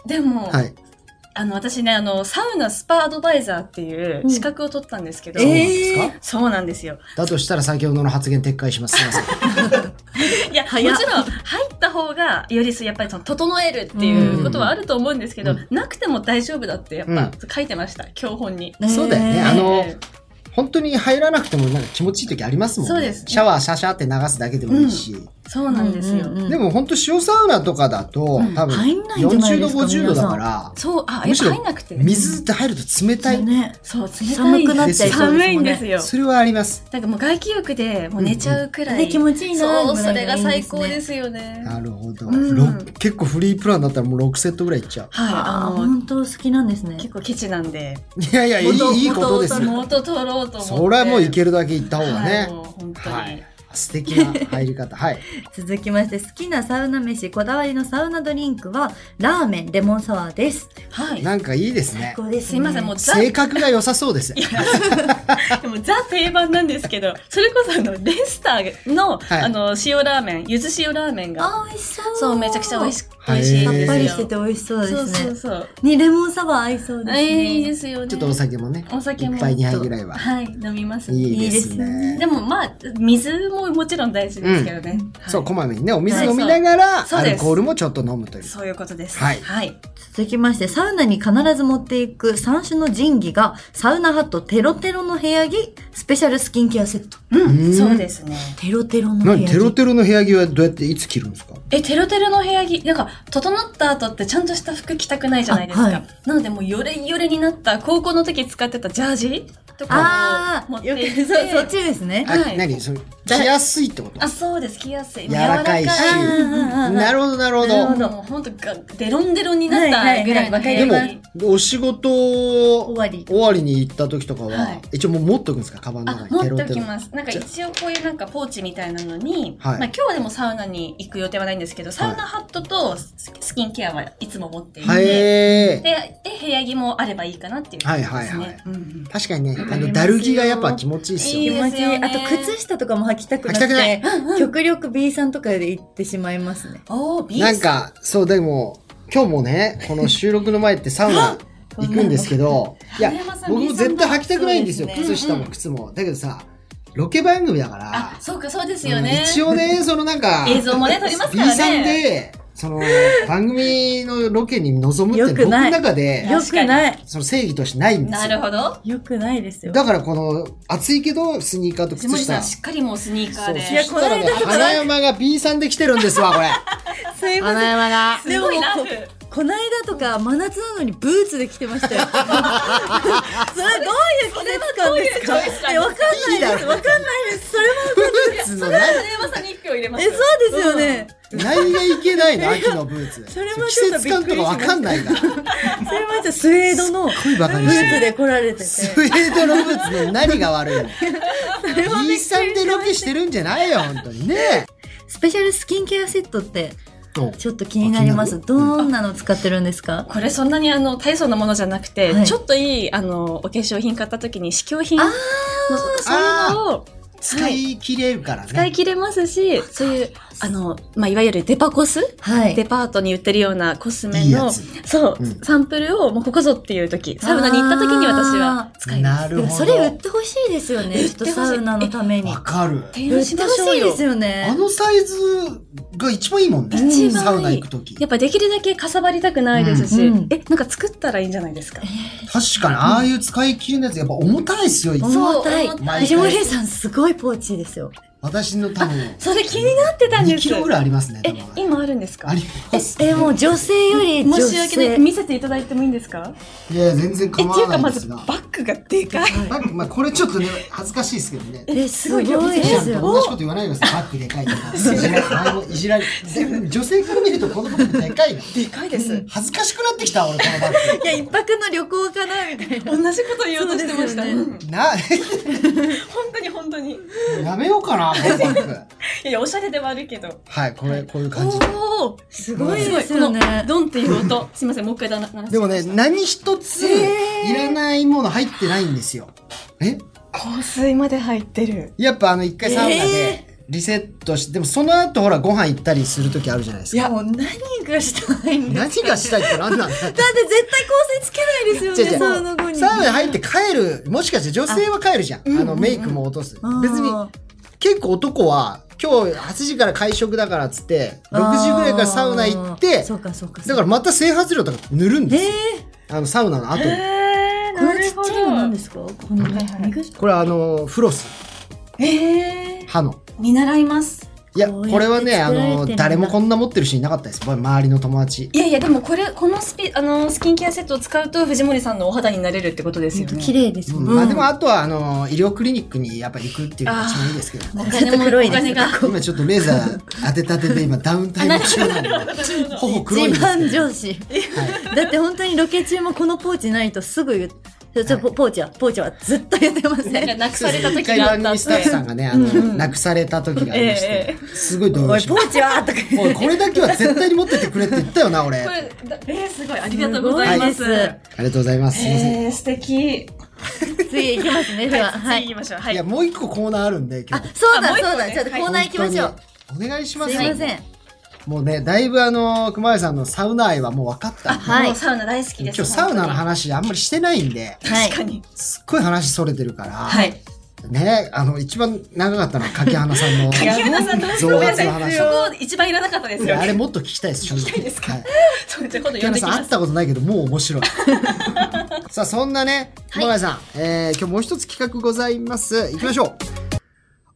[SPEAKER 3] でも、
[SPEAKER 1] はい。
[SPEAKER 3] あの、私ね、あの、サウナスパアドバイザーっていう資格を取ったんですけど、
[SPEAKER 2] うんえー
[SPEAKER 1] そうなんですか
[SPEAKER 3] そうなんですよ。
[SPEAKER 1] だとしたら先ほどの発言撤回します。すみません。
[SPEAKER 3] いや、もち
[SPEAKER 2] 早
[SPEAKER 3] ろ
[SPEAKER 2] っ
[SPEAKER 3] ん入った方が、よりそうやっぱりその整えるっていうことはあると思うんですけど、
[SPEAKER 1] うん
[SPEAKER 3] なくても大丈夫だって、やっ
[SPEAKER 1] う
[SPEAKER 3] ぱ書いてました、教本に。
[SPEAKER 1] そうだよね
[SPEAKER 2] えー
[SPEAKER 1] あの
[SPEAKER 3] え
[SPEAKER 1] 本当に入らなくてもなんか気持ちいい時ありますもんね。
[SPEAKER 3] そうですね
[SPEAKER 1] シャワーシャシャって流すだけでもいいし。
[SPEAKER 3] ーそうなんですよ。
[SPEAKER 2] うんうんうん
[SPEAKER 1] でも本当塩サウナとかだと、
[SPEAKER 3] うん
[SPEAKER 1] 多分
[SPEAKER 2] 入んないんじゃない
[SPEAKER 1] 40
[SPEAKER 2] で
[SPEAKER 1] 度
[SPEAKER 2] すか
[SPEAKER 1] 50度だから、
[SPEAKER 3] そう、あ、
[SPEAKER 1] むしろ
[SPEAKER 3] 入んなくて。
[SPEAKER 1] 水って入ると冷たい。
[SPEAKER 2] ね。
[SPEAKER 3] そう、冷たい
[SPEAKER 2] 寒くなっちゃいそうですもんね
[SPEAKER 3] 寒いんですよ。
[SPEAKER 1] それはあります。
[SPEAKER 3] なんかもう外気浴でもう寝ちゃうくらい。
[SPEAKER 2] で気持ちいいなぐらい
[SPEAKER 3] そう、
[SPEAKER 2] がいいんですね
[SPEAKER 3] それが最高ですよね。
[SPEAKER 1] なるほど、
[SPEAKER 3] うん
[SPEAKER 1] ろ結構フリープランだったらもう6セットぐらいいっち ゃう。
[SPEAKER 3] はい、
[SPEAKER 2] あ
[SPEAKER 3] あ
[SPEAKER 2] ー
[SPEAKER 3] の、
[SPEAKER 2] 本当好きなんですね。
[SPEAKER 3] 結構ケチなんで、
[SPEAKER 1] いやいや、いい
[SPEAKER 2] 元
[SPEAKER 1] いいことです
[SPEAKER 2] 元
[SPEAKER 1] よ。
[SPEAKER 3] 元取ろうと思って。
[SPEAKER 1] それはもういけるだけ行った方が
[SPEAKER 3] はい
[SPEAKER 1] ね。
[SPEAKER 3] もう本当に。
[SPEAKER 1] はい。素敵な入り方。はい。
[SPEAKER 2] 続きまして、好きなサウナ飯、こだわりのサウナドリンクは、ラーメン、レモンサワーです。
[SPEAKER 3] はい
[SPEAKER 1] なんかいいですね。
[SPEAKER 2] こうです
[SPEAKER 3] いません、もうザ、
[SPEAKER 1] 性格が良さそうです。
[SPEAKER 3] でもザ定番なんですけど、それこそあの、レスターの、
[SPEAKER 1] はい
[SPEAKER 3] あの、塩ラーメン、ゆず塩ラーメンが、
[SPEAKER 2] あー、美味しそう。
[SPEAKER 3] そう、めちゃくちゃ美味し
[SPEAKER 2] く
[SPEAKER 3] く、美味しいん
[SPEAKER 1] は
[SPEAKER 3] で
[SPEAKER 1] い
[SPEAKER 3] す
[SPEAKER 2] さ
[SPEAKER 3] よ。
[SPEAKER 2] っぱりしてて美味しそうですね。
[SPEAKER 3] そうそうそう。
[SPEAKER 2] に、レモンサワー合いそうです
[SPEAKER 3] ええ
[SPEAKER 2] ね。
[SPEAKER 3] いいですよね。
[SPEAKER 1] ちょっとお酒もね、
[SPEAKER 3] お酒も
[SPEAKER 1] 一杯二杯ぐらいは。
[SPEAKER 3] はい、飲みますね。
[SPEAKER 1] いいです
[SPEAKER 2] いいです
[SPEAKER 1] ね。
[SPEAKER 3] でもまあ、水ももちろん大事ですけどね。はい
[SPEAKER 1] そう、こまめにね、お水
[SPEAKER 3] はい
[SPEAKER 1] 飲みながら、
[SPEAKER 3] そう
[SPEAKER 1] ア
[SPEAKER 3] です
[SPEAKER 1] ルコールもちょっと飲むという。
[SPEAKER 3] そういうことです。
[SPEAKER 1] はい
[SPEAKER 3] はい。
[SPEAKER 2] 続きまして、サウナに必ず持っていく三種の神器が、サウナハット、テロテロの部屋着、スペシャルスキンケアセット。
[SPEAKER 3] う、
[SPEAKER 1] うんん
[SPEAKER 3] そうですね。
[SPEAKER 2] テロテロの部
[SPEAKER 1] 何
[SPEAKER 2] 屋着。
[SPEAKER 1] テロテロの部屋着はどうやっていつ着るんですか
[SPEAKER 3] え、てるてるの部屋着、なんか、整った後ってちゃんとした服着たくないじゃないですか。
[SPEAKER 2] あはい
[SPEAKER 3] なので、もう、よれよれになった、高校の時使ってたジャージとか
[SPEAKER 2] あ
[SPEAKER 3] を持っ
[SPEAKER 2] あ、
[SPEAKER 3] て
[SPEAKER 2] よく、
[SPEAKER 3] いって。
[SPEAKER 2] そうそっちですね。
[SPEAKER 1] あ
[SPEAKER 3] はい
[SPEAKER 1] 何それ着やすいってこと
[SPEAKER 3] あ、そうです。着やすい。
[SPEAKER 1] 柔らかいし
[SPEAKER 2] うんうんうんうん
[SPEAKER 1] なるほど、なるほ
[SPEAKER 3] なるほ
[SPEAKER 1] ど。
[SPEAKER 3] ど。もう本当がデロンデロンになったぐらいの
[SPEAKER 1] で
[SPEAKER 2] はい
[SPEAKER 3] 部屋着。
[SPEAKER 2] はいはいわかり
[SPEAKER 1] も、お仕事
[SPEAKER 2] 終わり
[SPEAKER 1] 終わりに行った時とか
[SPEAKER 3] は、
[SPEAKER 1] はい一応もう持っとくんですかカバンの
[SPEAKER 3] あ、
[SPEAKER 1] 中に。
[SPEAKER 3] 持っておきます。なんか一応こういうなんかポーチみたいなのに、
[SPEAKER 1] はい
[SPEAKER 3] まあ今日はでもサウナに行く予定はないんですけど、サウナハットとススキンケアはいつも持っていて、
[SPEAKER 1] へー。
[SPEAKER 3] で、で、部屋着もあればいいかなっていう感じですね。
[SPEAKER 1] はいはいはい
[SPEAKER 3] うんうん
[SPEAKER 1] 確かにね、あ
[SPEAKER 2] ります
[SPEAKER 1] の、
[SPEAKER 2] よ
[SPEAKER 1] だるぎがやっぱ気持ちいいっす
[SPEAKER 2] 気
[SPEAKER 3] いい
[SPEAKER 1] よ。
[SPEAKER 2] 持
[SPEAKER 3] です
[SPEAKER 2] ちいい。
[SPEAKER 3] よね
[SPEAKER 2] あと、靴下とかも履きたくなって、
[SPEAKER 1] 履きたくない
[SPEAKER 2] 極力 B さんとかで行ってしまいますね。
[SPEAKER 3] おー、ビー
[SPEAKER 1] なんか、そう、でも、今日もね、この収録の前ってサウナ行くんですけど、いや
[SPEAKER 3] 丸山、さん
[SPEAKER 1] 僕も絶対履きたくないんですよ。
[SPEAKER 3] そうですね
[SPEAKER 1] 靴下も靴も。だけどさ、ロケ番組だか
[SPEAKER 3] あ、
[SPEAKER 1] ら、
[SPEAKER 3] そうか、そうですよね。
[SPEAKER 1] 一応ね、そのなんか、
[SPEAKER 3] 映像もね撮りますからね
[SPEAKER 1] B さんで、そ の、番組のロケに臨むって
[SPEAKER 2] よく
[SPEAKER 1] 僕の
[SPEAKER 2] ない
[SPEAKER 1] 中で、
[SPEAKER 2] よくない。
[SPEAKER 1] その正義としてないんです
[SPEAKER 3] な
[SPEAKER 1] よ。
[SPEAKER 3] るほど。
[SPEAKER 2] よくないですよ。
[SPEAKER 1] だからこの、暑いけど、スニーカーと
[SPEAKER 3] 藤
[SPEAKER 1] 靴
[SPEAKER 3] 森
[SPEAKER 1] 下。
[SPEAKER 3] さん、しっかりもうスニーカ
[SPEAKER 1] そ
[SPEAKER 3] ー
[SPEAKER 1] う、
[SPEAKER 3] で。
[SPEAKER 1] そしたら ね、花山が B さんで来てるんですわ、これ。
[SPEAKER 2] すいま
[SPEAKER 1] 花山が。
[SPEAKER 2] せん。でももう
[SPEAKER 3] すごいラ
[SPEAKER 2] こ
[SPEAKER 3] フ。
[SPEAKER 2] この間とか真夏なのにブーツで来てましたよ。 それどういう季節感ですか
[SPEAKER 3] それはどういうチョイスなんですか
[SPEAKER 2] えわかんない
[SPEAKER 1] いいだ
[SPEAKER 2] です。
[SPEAKER 1] ろ
[SPEAKER 2] わかんないです。それもわかんない。
[SPEAKER 1] ブーツのな
[SPEAKER 3] それはさに1票入れま
[SPEAKER 2] え、
[SPEAKER 3] す
[SPEAKER 2] そうですよね。
[SPEAKER 1] 何がいけないの秋のブーツ
[SPEAKER 2] それは
[SPEAKER 1] 季
[SPEAKER 2] ちょっと
[SPEAKER 1] 節感とかわかんないなすっ
[SPEAKER 2] それもちょっとスウェードのブ
[SPEAKER 1] ごいバカに
[SPEAKER 2] ー
[SPEAKER 1] してる
[SPEAKER 2] ツで来られてて。
[SPEAKER 1] スウェードのブーツの何が悪いの
[SPEAKER 2] れはびっく
[SPEAKER 1] イ
[SPEAKER 2] り
[SPEAKER 1] ーさんでロケしてるんじゃない よ本当にね
[SPEAKER 2] スペシャルスキンケアセットって
[SPEAKER 1] お
[SPEAKER 2] ちょっと気になりま
[SPEAKER 1] あ
[SPEAKER 2] す。
[SPEAKER 1] 気になる
[SPEAKER 2] どんなの使ってるんですか
[SPEAKER 3] これそんなにあの大層なものじゃなくて、
[SPEAKER 2] はい
[SPEAKER 3] ちょっといいあのお化粧品買った時に試供品のそういうのを
[SPEAKER 1] 使い切れるからね
[SPEAKER 3] 使い切れますし、そういうあの、まあ、いわゆるデパコス、
[SPEAKER 2] はい
[SPEAKER 3] デ。パートに売ってるようなコスメの
[SPEAKER 1] いいやつ
[SPEAKER 3] そう、
[SPEAKER 1] うん
[SPEAKER 3] サンプルをもうここぞっていう時サウナに行った時に私は使います。
[SPEAKER 1] な
[SPEAKER 2] で
[SPEAKER 1] る
[SPEAKER 2] も
[SPEAKER 1] ほど
[SPEAKER 2] それ売ってほしいですよね。
[SPEAKER 3] 売
[SPEAKER 2] ち
[SPEAKER 3] っ
[SPEAKER 2] ょってと
[SPEAKER 3] ほしい
[SPEAKER 2] サウナのために
[SPEAKER 1] わ。かる
[SPEAKER 3] 提
[SPEAKER 2] 売
[SPEAKER 3] 案
[SPEAKER 2] っ
[SPEAKER 3] してま
[SPEAKER 2] ほ
[SPEAKER 3] しょ
[SPEAKER 2] し
[SPEAKER 3] う
[SPEAKER 2] い
[SPEAKER 3] よ。
[SPEAKER 2] ですよ
[SPEAKER 1] あ
[SPEAKER 2] ね。
[SPEAKER 1] のサイズが一番いいもんね
[SPEAKER 3] 一番いい
[SPEAKER 1] サウナ行く時
[SPEAKER 3] や
[SPEAKER 1] 確
[SPEAKER 3] っぱできるだけかさばりたくないですし、
[SPEAKER 2] うんうん
[SPEAKER 3] え、なんか作ったらいいんじゃないですか。
[SPEAKER 1] かにああいう使い切れのやつやっぱ重たいっすよいつも
[SPEAKER 2] 重たい
[SPEAKER 3] そう重
[SPEAKER 1] た。い
[SPEAKER 2] 藤森さんすごいポーチですよ。
[SPEAKER 1] 私の多分
[SPEAKER 3] それ気になってたんです。
[SPEAKER 1] 2キロぐらいありますね
[SPEAKER 3] え
[SPEAKER 1] 多分、
[SPEAKER 3] 今あるんですか
[SPEAKER 1] あります
[SPEAKER 2] え、もう女性より女
[SPEAKER 3] 申
[SPEAKER 2] 性。
[SPEAKER 3] し訳ない。見せていただいてもいいんですか
[SPEAKER 1] いや全然
[SPEAKER 3] え、っ
[SPEAKER 1] 構
[SPEAKER 3] ていう
[SPEAKER 1] わ
[SPEAKER 3] か
[SPEAKER 1] な
[SPEAKER 3] ま
[SPEAKER 1] いで
[SPEAKER 3] ず
[SPEAKER 1] す
[SPEAKER 3] バ
[SPEAKER 1] が
[SPEAKER 3] ッグがでかい。
[SPEAKER 1] バッグまあこれちょっとね恥ずかしいですけどね
[SPEAKER 2] え、すごいです
[SPEAKER 1] ちゃんと
[SPEAKER 2] よ。
[SPEAKER 1] 同じこと言わないでください。バッグでかいとか。いじら前もいじられ。女性から見るとこのバッグでかいな。
[SPEAKER 3] でかいです。
[SPEAKER 1] 恥ずかしくなってきた、俺、このバッ
[SPEAKER 2] いや、一泊の旅行かなみたいな。
[SPEAKER 3] 同じこと言おうとしてました。
[SPEAKER 2] そうです
[SPEAKER 3] う
[SPEAKER 2] よね
[SPEAKER 3] ん
[SPEAKER 1] グ。な、
[SPEAKER 3] 本当に本当に。い
[SPEAKER 1] やめようかな、このバッグ。
[SPEAKER 3] やいや、おしゃれではあるけど。
[SPEAKER 1] はい、これ、こういう感じ。
[SPEAKER 3] おお
[SPEAKER 2] す
[SPEAKER 3] す
[SPEAKER 2] ご
[SPEAKER 3] ご
[SPEAKER 2] い
[SPEAKER 3] い
[SPEAKER 2] ですよね
[SPEAKER 3] このドンっていう音。すみません、もう一回だな。
[SPEAKER 1] でもね、何一つ
[SPEAKER 2] えー
[SPEAKER 1] いらないもの入ってないんですよ。え
[SPEAKER 3] 香水まで入ってる。
[SPEAKER 1] やっぱあの、一回サウナ
[SPEAKER 2] え
[SPEAKER 1] でリセットして、でもその後ほら、ご飯行ったりする時あるじゃないです
[SPEAKER 2] い
[SPEAKER 1] か。
[SPEAKER 2] や、もう何がしたいんですか
[SPEAKER 1] 何がしたいって何なんだよ
[SPEAKER 2] だって絶対香水つけないですよ
[SPEAKER 1] 違う違
[SPEAKER 2] ね、
[SPEAKER 1] う
[SPEAKER 2] サウナ後に。
[SPEAKER 1] サウナ入って帰る、もしかして女性は帰るじゃん。あの、メイクも落とす。
[SPEAKER 2] うん
[SPEAKER 1] 別に、結構男は今日8時から会食だからっつって6時ぐらいからサウナ行っ
[SPEAKER 2] あー
[SPEAKER 1] て
[SPEAKER 2] そうかそうか。
[SPEAKER 1] だからまた整髪料とか塗るん
[SPEAKER 2] え
[SPEAKER 1] ですよあのサウナの後に
[SPEAKER 3] えー、
[SPEAKER 2] このちっちゃいの
[SPEAKER 3] な
[SPEAKER 2] 何
[SPEAKER 3] ん
[SPEAKER 2] で
[SPEAKER 3] です
[SPEAKER 2] かこの
[SPEAKER 3] はいはい
[SPEAKER 2] 見口
[SPEAKER 1] これはあのフロス
[SPEAKER 3] えー、
[SPEAKER 1] 歯の
[SPEAKER 3] 見習います。
[SPEAKER 1] いや
[SPEAKER 2] こ
[SPEAKER 1] こ
[SPEAKER 2] うやって
[SPEAKER 1] れはねあ
[SPEAKER 2] 作られてる
[SPEAKER 1] の
[SPEAKER 2] んだ
[SPEAKER 1] 誰もこんな持ってる人いなかったです周りの友達
[SPEAKER 3] いやいや、でもこれ、このスピ、あの、スキンケアセットを使うと藤森さんのお肌になれるってことですよね。
[SPEAKER 2] 綺麗です
[SPEAKER 1] う
[SPEAKER 2] よ
[SPEAKER 1] ん
[SPEAKER 2] ね。
[SPEAKER 1] まあでもあとはあの医療クリニックにやっぱ行くっていうのが一番いいですけど
[SPEAKER 3] お
[SPEAKER 1] ね
[SPEAKER 3] 金も、
[SPEAKER 2] 黒
[SPEAKER 3] お
[SPEAKER 2] いです
[SPEAKER 3] 金が。
[SPEAKER 1] 今ちょっとレーザー当てたてで今ダウンタイム中なんで頬黒いんで
[SPEAKER 2] 一
[SPEAKER 1] すけ
[SPEAKER 2] 番
[SPEAKER 1] ど
[SPEAKER 2] 上司。だって本当にロケ中もこのポーチないとすぐ言う。ちょポポーチは、ポーチはずっと言ってませ
[SPEAKER 3] なんか
[SPEAKER 2] ん。
[SPEAKER 3] なく
[SPEAKER 1] そう
[SPEAKER 3] さ
[SPEAKER 1] で
[SPEAKER 3] れ
[SPEAKER 1] す
[SPEAKER 3] た
[SPEAKER 1] ね一
[SPEAKER 3] 時
[SPEAKER 1] 回
[SPEAKER 3] があ
[SPEAKER 1] 番
[SPEAKER 3] った
[SPEAKER 1] 組スタッフさんがね、あの、なくされた時がありまし
[SPEAKER 3] え
[SPEAKER 1] て、すごい動
[SPEAKER 2] お
[SPEAKER 1] 揺
[SPEAKER 2] い、
[SPEAKER 1] し
[SPEAKER 2] ポ
[SPEAKER 1] まし
[SPEAKER 2] ーチはとか 言
[SPEAKER 1] た。おい、これだけは絶対に持ってってくれって言ったよな、俺。
[SPEAKER 3] こ
[SPEAKER 1] あ
[SPEAKER 3] れ、だえー、すごい。ありがとうございます。
[SPEAKER 2] すごいで
[SPEAKER 1] りがとうございます。すいません。
[SPEAKER 3] えー、素敵。
[SPEAKER 2] って。次行きますね、では。は
[SPEAKER 3] 次行
[SPEAKER 2] い。
[SPEAKER 3] きましょう。はいい。
[SPEAKER 1] や、もう一個コーナーあるんで、今
[SPEAKER 2] あ
[SPEAKER 1] 日。、
[SPEAKER 2] そうだ、
[SPEAKER 3] あもう一個
[SPEAKER 2] そうだ。
[SPEAKER 3] ね
[SPEAKER 2] ちょっとコーナー行きましょう。
[SPEAKER 1] 本当に。お願いしますす。
[SPEAKER 2] いません。
[SPEAKER 1] もうね、だいぶあの、熊谷さんのサウナ愛はもう分かったんで。
[SPEAKER 2] はい
[SPEAKER 3] もうサウナ大好きで
[SPEAKER 1] 今
[SPEAKER 3] す。
[SPEAKER 1] 日サウナの
[SPEAKER 3] 本
[SPEAKER 1] 話あんまりしてないんで、
[SPEAKER 2] はい
[SPEAKER 3] 当。に。
[SPEAKER 1] すっごい話それてるから、
[SPEAKER 3] はい。
[SPEAKER 1] ね、あの、一番長かったのは柿花さんの
[SPEAKER 3] 柿花さんの
[SPEAKER 1] 増圧の話。
[SPEAKER 3] そこ一番いらなかったですよ。
[SPEAKER 1] あれもっと聞きたいです、正直。
[SPEAKER 3] 聞きたいですか
[SPEAKER 1] はい
[SPEAKER 3] そうじゃあ今度
[SPEAKER 1] キ
[SPEAKER 3] 呼
[SPEAKER 1] ャナ
[SPEAKER 3] んでき
[SPEAKER 1] さん
[SPEAKER 3] ま
[SPEAKER 1] 会っ
[SPEAKER 3] す。
[SPEAKER 1] たことないけどもう面白いさあそんなね熊谷さん、えー今日もう一つ企画ございますいきましょう、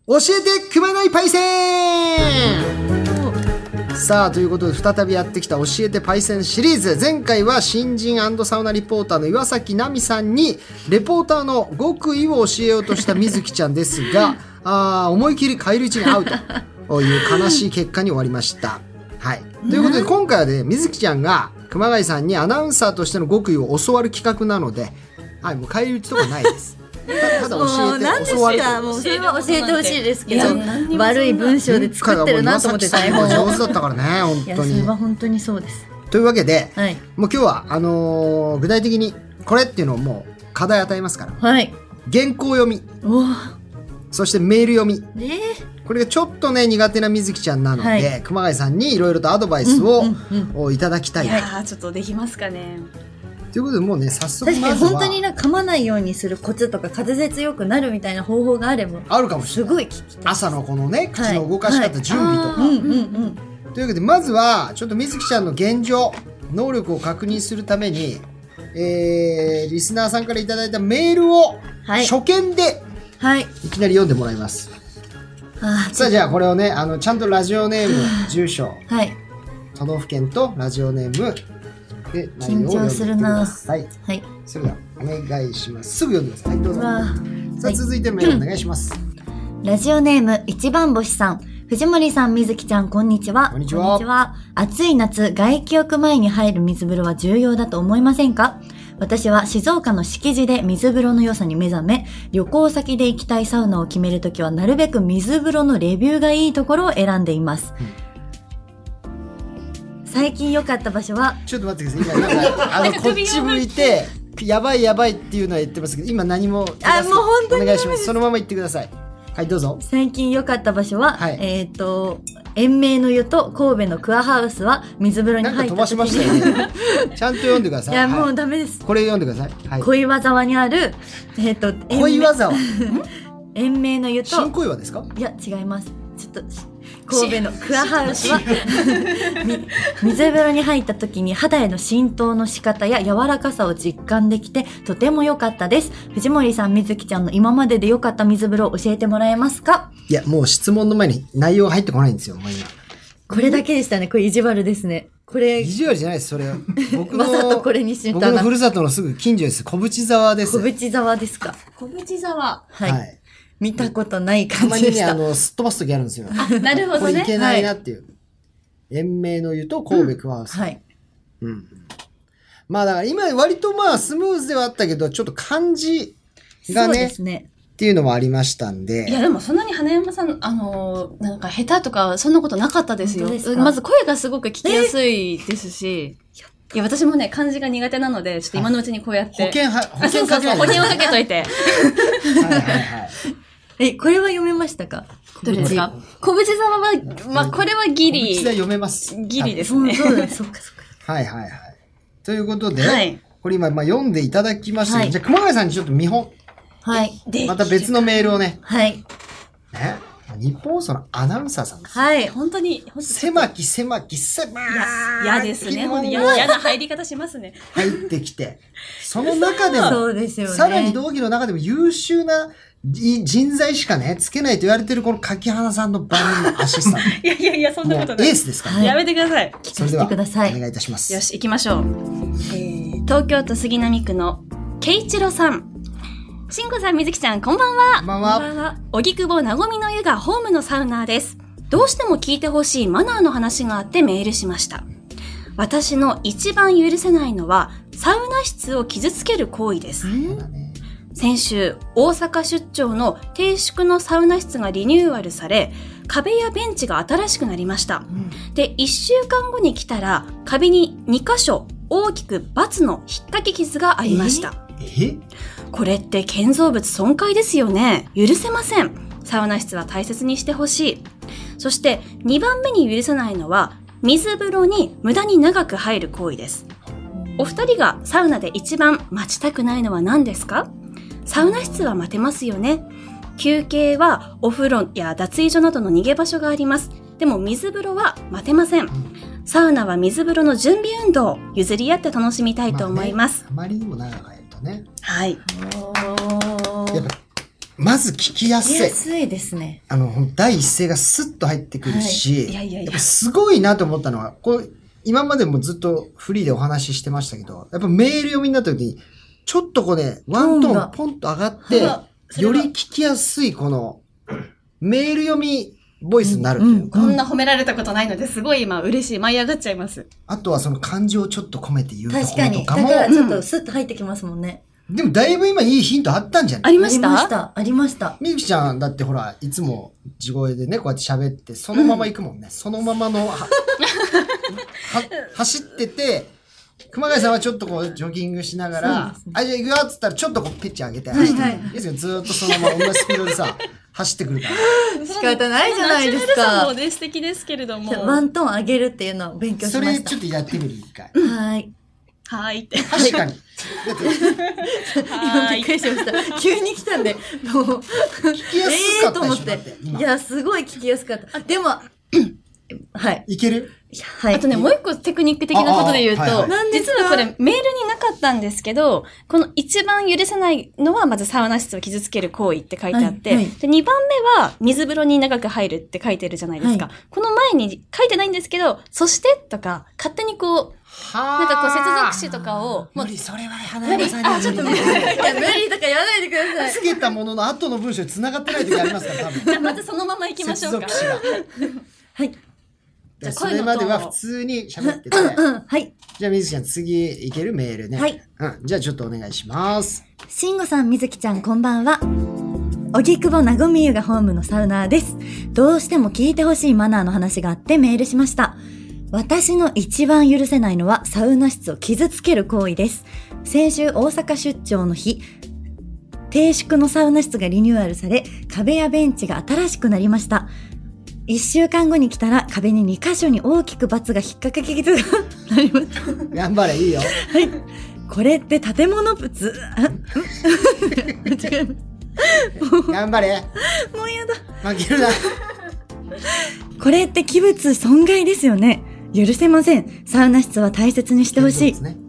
[SPEAKER 1] 教えて熊谷パイセンさあということで再びやってきた「教えてパイセン」シリーズ前回は新人サウナリポーターの岩崎奈美さんにレポーターの極意を教えようとした水木ちゃんです があー思い切り返り討ちに会うという悲しい結果に終わりました。はい、ということで今回はね水木ちゃんが熊谷さんにアナウンサーとしての極意を教わる企画なので、はい、もう返り討ちとかない です。たただ
[SPEAKER 2] も
[SPEAKER 1] 教
[SPEAKER 2] う何
[SPEAKER 1] えて
[SPEAKER 2] です
[SPEAKER 1] 教わると
[SPEAKER 2] かもうそれは教えてほしいですけど
[SPEAKER 3] いや何にもそんな
[SPEAKER 2] 悪い文章で作ってるなと思って台
[SPEAKER 1] 最
[SPEAKER 2] 本
[SPEAKER 1] 後
[SPEAKER 2] を
[SPEAKER 1] 上手だったからね本
[SPEAKER 2] いや
[SPEAKER 1] 当
[SPEAKER 2] それは
[SPEAKER 1] に。
[SPEAKER 2] 本当にそうです
[SPEAKER 1] というわけで、
[SPEAKER 2] はい
[SPEAKER 1] もう今日はあのー具体的にこれっていうのをもう課題与えますから
[SPEAKER 2] はい
[SPEAKER 1] 原稿読み
[SPEAKER 2] おお
[SPEAKER 1] そしてメール読み
[SPEAKER 2] ね
[SPEAKER 1] これがちょっとね苦手な水木ちゃんなので、
[SPEAKER 2] はい
[SPEAKER 1] 熊谷さんにいろいろとアドバイスを、
[SPEAKER 2] うんうん
[SPEAKER 1] をいただきたい
[SPEAKER 3] い
[SPEAKER 1] な
[SPEAKER 3] やーちょっとできますかね。
[SPEAKER 1] ということでもうね早速
[SPEAKER 2] 確か
[SPEAKER 1] ま
[SPEAKER 2] に
[SPEAKER 1] ずは
[SPEAKER 2] 本当にな噛まないようにするコツとか滑舌よくなるみたいな方法があれば
[SPEAKER 1] あるかもし
[SPEAKER 2] す
[SPEAKER 1] れない
[SPEAKER 2] ごい聞きたい
[SPEAKER 1] 朝のこのね口の動かし
[SPEAKER 2] はい
[SPEAKER 1] 方、
[SPEAKER 2] はい
[SPEAKER 1] 準備とか、
[SPEAKER 2] うんうんうん
[SPEAKER 1] というわけでまずはちょっと水木ちゃんの現状能力を確認するためにえー、リスナーさんからいただいたメールを
[SPEAKER 2] はい
[SPEAKER 1] 初見で
[SPEAKER 2] はい
[SPEAKER 1] いきなり読んでもらいます、
[SPEAKER 2] あ
[SPEAKER 1] さあじゃあこれをねあのちゃんとラジオネーム住所
[SPEAKER 2] ーはい
[SPEAKER 1] 都道府県とラジオネームで
[SPEAKER 2] 緊張す
[SPEAKER 1] 内容を読んでいって
[SPEAKER 2] るな
[SPEAKER 1] ください
[SPEAKER 2] はい。
[SPEAKER 1] それではお願いしますすぐ読んでくださいどうぞ
[SPEAKER 2] わあ
[SPEAKER 1] さあ続いてメールお願いします
[SPEAKER 2] ラジオネーム一番星さん。藤森さん、水木ちゃん、こんにちは。
[SPEAKER 1] こんにちは
[SPEAKER 2] 暑い夏、外気浴前に入る水風呂は重要だと思いませんか私は静岡の敷地で水風呂の良さに目覚め、旅行先で行きたいサウナを決めるときはなるべく水風呂のレビューがいいところを選んでいます。最近良かった場所は、
[SPEAKER 1] ちょっと待ってください今なん かあのこっち向いてやばいやばいっていうのは言ってますけど今何も
[SPEAKER 2] あもう本当に
[SPEAKER 1] お願いしますそのまま言ってくださいはいどうぞ
[SPEAKER 2] 最近良かった場所は、
[SPEAKER 1] はい
[SPEAKER 2] えっ、と、延命の湯と神戸のクアハウスは水風呂に
[SPEAKER 1] なんか
[SPEAKER 2] 入っ
[SPEAKER 1] 飛
[SPEAKER 2] た
[SPEAKER 1] ばし
[SPEAKER 2] 時
[SPEAKER 1] ま
[SPEAKER 2] に
[SPEAKER 1] したよね ちゃんと読んでくださ
[SPEAKER 2] い
[SPEAKER 1] い
[SPEAKER 2] や、
[SPEAKER 1] はい
[SPEAKER 2] もうダメです。
[SPEAKER 1] これ読んでくださいはい
[SPEAKER 2] 恋わざわにある、えっ、と、延命
[SPEAKER 1] 恋わざわ
[SPEAKER 2] 延命の湯
[SPEAKER 1] 新
[SPEAKER 2] と、
[SPEAKER 1] 恋はですか
[SPEAKER 2] いや、違います。ちょっと、し神戸のクアハウスは、 み水風呂に入った時に肌への浸透の仕方や柔らかさを実感できて、とても良かったです。藤森さん、水木ちゃんの今までで良かった水風呂を教えてもらえますか
[SPEAKER 1] いやもう質問の前に内容が入ってこないんですよもう今
[SPEAKER 2] これだけでしたね。これ意地悪ですね。これ
[SPEAKER 1] 意、地悪じゃないですそれ僕の
[SPEAKER 2] わざとこれにし
[SPEAKER 1] 僕
[SPEAKER 2] た
[SPEAKER 1] の
[SPEAKER 2] な
[SPEAKER 1] ふ。るさとのすぐ近所です小淵沢です
[SPEAKER 2] 小淵沢ですか。
[SPEAKER 3] 小淵沢。
[SPEAKER 2] はい。見たことない
[SPEAKER 1] た
[SPEAKER 2] 感
[SPEAKER 1] ま
[SPEAKER 2] じで
[SPEAKER 1] に
[SPEAKER 2] し
[SPEAKER 1] ねあ
[SPEAKER 2] た。
[SPEAKER 1] のすっ飛ばす時あるんですよ
[SPEAKER 3] なる
[SPEAKER 1] こ
[SPEAKER 3] ほど
[SPEAKER 1] れい
[SPEAKER 3] ね。
[SPEAKER 1] けないなっていう、延命の湯と神戸クワウス、
[SPEAKER 2] はい。
[SPEAKER 1] まあだから今割とまあスムーズではあったけどちょっと漢字が
[SPEAKER 2] そう
[SPEAKER 1] ね
[SPEAKER 2] で
[SPEAKER 1] っ
[SPEAKER 2] すね。
[SPEAKER 1] ていうのもありましたん
[SPEAKER 3] いや
[SPEAKER 1] で
[SPEAKER 3] でもそんなに花山さん、あのーなんか下手とか、そんなことなかったですよ。
[SPEAKER 2] 本当ですか
[SPEAKER 3] まず声がすごく聞きやすいですし、いや私もね、漢字が苦手なので、ちょっと今のうちにこうやっ
[SPEAKER 1] 保
[SPEAKER 3] て。
[SPEAKER 1] 険は保
[SPEAKER 3] あそ
[SPEAKER 1] 険
[SPEAKER 3] うそ
[SPEAKER 1] か
[SPEAKER 3] う
[SPEAKER 1] け
[SPEAKER 3] そ
[SPEAKER 1] ない
[SPEAKER 3] う、保
[SPEAKER 1] で
[SPEAKER 3] 険をかけといて。
[SPEAKER 1] はいはいはい
[SPEAKER 2] え、これは読めましたか
[SPEAKER 3] どれですか小淵沢は、まあこれはギ
[SPEAKER 1] 小
[SPEAKER 3] リ
[SPEAKER 1] 淵、沢読めます
[SPEAKER 3] ギリです
[SPEAKER 2] そう
[SPEAKER 3] ね。
[SPEAKER 2] そうだ、そっかそっか。
[SPEAKER 1] はいはいはいということで、
[SPEAKER 3] はい
[SPEAKER 1] これ今まあ読んでいただきましたけど、
[SPEAKER 2] はい
[SPEAKER 1] じゃあ熊谷さんにちょっと見本
[SPEAKER 2] はい。
[SPEAKER 3] で
[SPEAKER 1] また別のメールをね
[SPEAKER 2] はい。
[SPEAKER 1] ね日本放送のアナウンサーさんです
[SPEAKER 2] はい。
[SPEAKER 3] 本当に、本当に
[SPEAKER 1] 狭き狭き狭
[SPEAKER 3] い
[SPEAKER 1] い
[SPEAKER 3] や嫌ですね。本当に嫌嫌な入り方しますね。
[SPEAKER 1] 入ってきて、その中 で
[SPEAKER 2] そ
[SPEAKER 1] も、
[SPEAKER 2] うですよね。
[SPEAKER 1] さらに同期の中でも優秀な人人材しかね、つけないと言われてるこの柿花さんの番組のアシス タン
[SPEAKER 3] いやいやいや、そ
[SPEAKER 1] ト。
[SPEAKER 3] んな
[SPEAKER 1] もうエ
[SPEAKER 3] ことない
[SPEAKER 1] ー。スですから
[SPEAKER 2] はい
[SPEAKER 1] ね。
[SPEAKER 3] やめてください。
[SPEAKER 1] それでは、
[SPEAKER 2] 聞かせてください
[SPEAKER 1] お願いいたします。
[SPEAKER 3] よし、行きましょう。えー東京都杉並区のケイチロさん。しんこさん、みずきちゃん、こんばんは。
[SPEAKER 1] こんばんは。
[SPEAKER 3] 荻窪なごみの湯がホームのサウナーです。どうしても聞いてほしいマナーの話があってメールしました。私の一番許せないのは、サウナ室を傷つける行為です。
[SPEAKER 1] そうだね
[SPEAKER 3] 先週、大阪出張の定宿のサウナ室がリニューアルされ、壁やベンチが新しくなりました。で、1週間後に来たら、壁に2箇所大きく×の引っ掛け傷がありました。
[SPEAKER 1] え
[SPEAKER 3] これって建造物損壊ですよね。許せません。サウナ室は大切にしてほしい。そして、2番目に許せないのは、水風呂に無駄に長く入る行為です。お二人がサウナで一番待ちたくないのは何ですかサウナ室は待てますよね。休憩はお風呂や脱衣所などの逃げ場所があります。でも水風呂は待てません。サウナは水風呂の準備運動を譲り合って楽しみたいと思います。
[SPEAKER 1] あねあまりにも長く入るとね。
[SPEAKER 3] はい。
[SPEAKER 1] やっぱ、まず聞きやすい。
[SPEAKER 2] 安いですね。
[SPEAKER 1] あの、第一声がスッと入ってくるし、
[SPEAKER 3] はいいやいやいや
[SPEAKER 1] っぱすごいなと思ったのは、こう、今までもずっとフリーでお話ししてましたけど、やっぱメール読みになった時に、ちょっとこうね、ワントー
[SPEAKER 2] トーンが
[SPEAKER 1] ンポンと上がって、より聞きやすいこの、メール読みボイスになるというか、
[SPEAKER 2] うんうん
[SPEAKER 3] 褒められたことないのですごい今嬉しい。舞い上がっちゃいます。
[SPEAKER 1] あとはその感情をちょっと込めて言うとこ
[SPEAKER 2] 確か
[SPEAKER 1] ろと
[SPEAKER 2] に。だ
[SPEAKER 1] か
[SPEAKER 2] か
[SPEAKER 1] も、
[SPEAKER 2] らちょっとスッと入ってきますもんね。
[SPEAKER 1] でもだいぶ今いいヒントあったんじゃな
[SPEAKER 3] あ
[SPEAKER 1] い
[SPEAKER 3] りました
[SPEAKER 2] ありました。ありました。
[SPEAKER 1] みゆきちゃんだってほら、いつも地声でね、こうやって喋って、そのまま行くもんね。そのままの、は は走ってて、熊谷さんはちょっとこうジョギングしながら、あ、じゃあ行くよっつったらちょっとこうピッチ上げて走ってくる。いいですよ、ずーっとそのまま同じスピードで さ、走ってくるから。
[SPEAKER 2] 仕方ないじゃないですか
[SPEAKER 3] ナチュラルさもね、素敵ですけれども。
[SPEAKER 2] ワントーン上げるっていうのを勉強し
[SPEAKER 1] そ
[SPEAKER 2] ま
[SPEAKER 1] れち
[SPEAKER 2] した
[SPEAKER 1] ょっ。とやってみる、一回。
[SPEAKER 2] はい。
[SPEAKER 3] はいって。
[SPEAKER 1] 確かに。
[SPEAKER 2] 今
[SPEAKER 3] は
[SPEAKER 2] び
[SPEAKER 3] い
[SPEAKER 2] っく。りしました。急に来たんで、もう。
[SPEAKER 1] 聞きやすか
[SPEAKER 2] ええ
[SPEAKER 1] っ
[SPEAKER 2] と
[SPEAKER 1] たで
[SPEAKER 2] 思
[SPEAKER 1] し
[SPEAKER 2] っ
[SPEAKER 1] ょ、だってて。。
[SPEAKER 2] い
[SPEAKER 1] 今。
[SPEAKER 2] や、すごい聞きやすかった。でも、はい。
[SPEAKER 1] いける
[SPEAKER 2] いやはい。
[SPEAKER 3] あとね、もう一個テクニック的なことで言うと、
[SPEAKER 1] ああはいはい
[SPEAKER 2] 何です
[SPEAKER 3] 実
[SPEAKER 2] か
[SPEAKER 3] はこれメールになかったんですけど、この一番許せないのは、まずサウナ室を傷つける行為って書いてあって、
[SPEAKER 2] はいはい
[SPEAKER 3] で2番目は水風呂に長く入るって書いてるじゃないですか。
[SPEAKER 2] は
[SPEAKER 3] この前に書いてないんですけど、そしてとか、勝手にこう、
[SPEAKER 1] はあ
[SPEAKER 3] なんかこう接続詞とかをも
[SPEAKER 1] 無
[SPEAKER 3] う
[SPEAKER 1] 理それは花山さんには無理
[SPEAKER 2] いや無理とか言わないでください
[SPEAKER 1] つけたものの後の文章に繋がってない時ありますから多分
[SPEAKER 3] じゃあまずその まま行きまし
[SPEAKER 1] 接
[SPEAKER 3] ょうか
[SPEAKER 1] 続。詞が
[SPEAKER 2] はい
[SPEAKER 3] じゃあ
[SPEAKER 1] それまでは普通に喋ってて
[SPEAKER 2] うんはい
[SPEAKER 1] じゃあ水木ちゃん次いけるメールね
[SPEAKER 2] はい
[SPEAKER 1] うん、じゃあちょっとお願いします
[SPEAKER 2] しんごさん、みずきちゃん、こんばんは。荻窪なごみゆがホームのサウナーです。どうしても聞いてほしいマナーの話があってメールしました。私の一番許せないのはサウナ室を傷つける行為です。先週大阪出張の日、定宿のサウナ室がリニューアルされ、壁やベンチが新しくなりました。一週間後に来たら壁に2箇所に大きく罰が引っ掛け傷がなりました。
[SPEAKER 1] 頑張れいいよ
[SPEAKER 2] これって建物 物違う
[SPEAKER 1] 頑張れ
[SPEAKER 2] もうやだ。
[SPEAKER 1] 負けるな
[SPEAKER 2] これって器物損害ですよね。許せません。サウナ室は大切にしてほしい
[SPEAKER 1] そうです。ね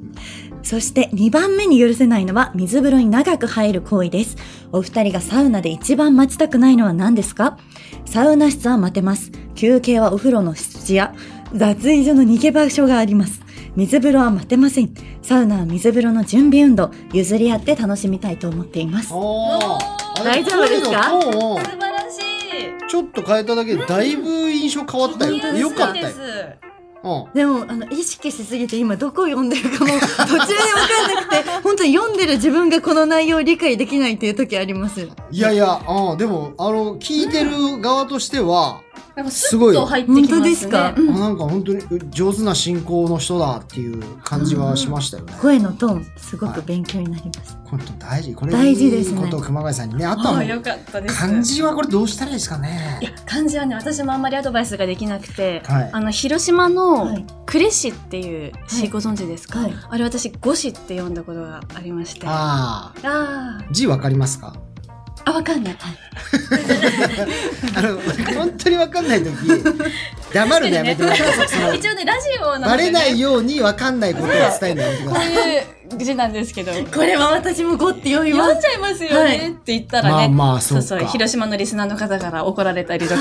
[SPEAKER 2] そして2番目に許せないのは水風呂に長く入る行為です。お二人がサウナで一番待ちたくないのは何ですかサウナ室は待てます。休憩はお風呂の質や脱衣所の逃げ場所があります。水風呂は待てません。サウナは水風呂の準備運動、譲り合って楽しみたいと思っています。
[SPEAKER 1] おー
[SPEAKER 3] おー
[SPEAKER 1] あ
[SPEAKER 2] 大丈夫ですか
[SPEAKER 1] 声のトーンを
[SPEAKER 3] 素晴らしい。
[SPEAKER 1] ちょっと変えただけでだいぶ印象変わったよ
[SPEAKER 3] 本当に
[SPEAKER 1] よかった
[SPEAKER 3] で
[SPEAKER 1] よ
[SPEAKER 3] す。
[SPEAKER 1] う
[SPEAKER 2] でもあの意識しすぎて今どこを読んでるかもう途中で分かんなくて本当に読んでる自分がこの内容を理解できないという時あります。
[SPEAKER 1] んいやいやうんでもあの聞いてる側としては
[SPEAKER 3] なんか
[SPEAKER 1] すごい
[SPEAKER 3] スッと入ってきますね。
[SPEAKER 2] 本当ですか
[SPEAKER 3] うん
[SPEAKER 1] あなんか本当にう上手な進行の人だっていう感じはしましたよね。
[SPEAKER 2] 声のトーンすごく勉強になります。
[SPEAKER 1] 本当大事これ
[SPEAKER 2] 大事ですね
[SPEAKER 1] いいことを熊谷さんにねあとは
[SPEAKER 3] あ
[SPEAKER 1] も
[SPEAKER 3] あ
[SPEAKER 1] う
[SPEAKER 3] よかったです。
[SPEAKER 1] 漢字はこれどうしたらいいですかね
[SPEAKER 3] い。や漢字はね私もあんまりアドバイスができなくて、
[SPEAKER 1] はい
[SPEAKER 3] あの広島の呉市っていう
[SPEAKER 2] は
[SPEAKER 3] 市
[SPEAKER 2] い
[SPEAKER 3] ご存知ですか、
[SPEAKER 2] はい
[SPEAKER 3] あれ私五市って読んだことがありましてあ
[SPEAKER 1] ああ
[SPEAKER 3] あ
[SPEAKER 1] 字わかりますか。
[SPEAKER 3] あわかんない
[SPEAKER 1] あの本当にわかん ない時黙るのやめてください。その
[SPEAKER 3] 一応ねラジオの、ね、
[SPEAKER 1] バレないようにわかんないことを伝えるのやめ てくだ
[SPEAKER 3] こう
[SPEAKER 1] さい。
[SPEAKER 3] いう字なんですけど
[SPEAKER 2] これは私も5って読みま
[SPEAKER 3] 読
[SPEAKER 2] す
[SPEAKER 3] ん。じゃいますよね、
[SPEAKER 2] はい
[SPEAKER 3] って言ったらね、
[SPEAKER 1] まあまあ
[SPEAKER 3] そ
[SPEAKER 1] そうう
[SPEAKER 3] そう
[SPEAKER 1] か。
[SPEAKER 3] 広島のリスナーの方から怒られたりとか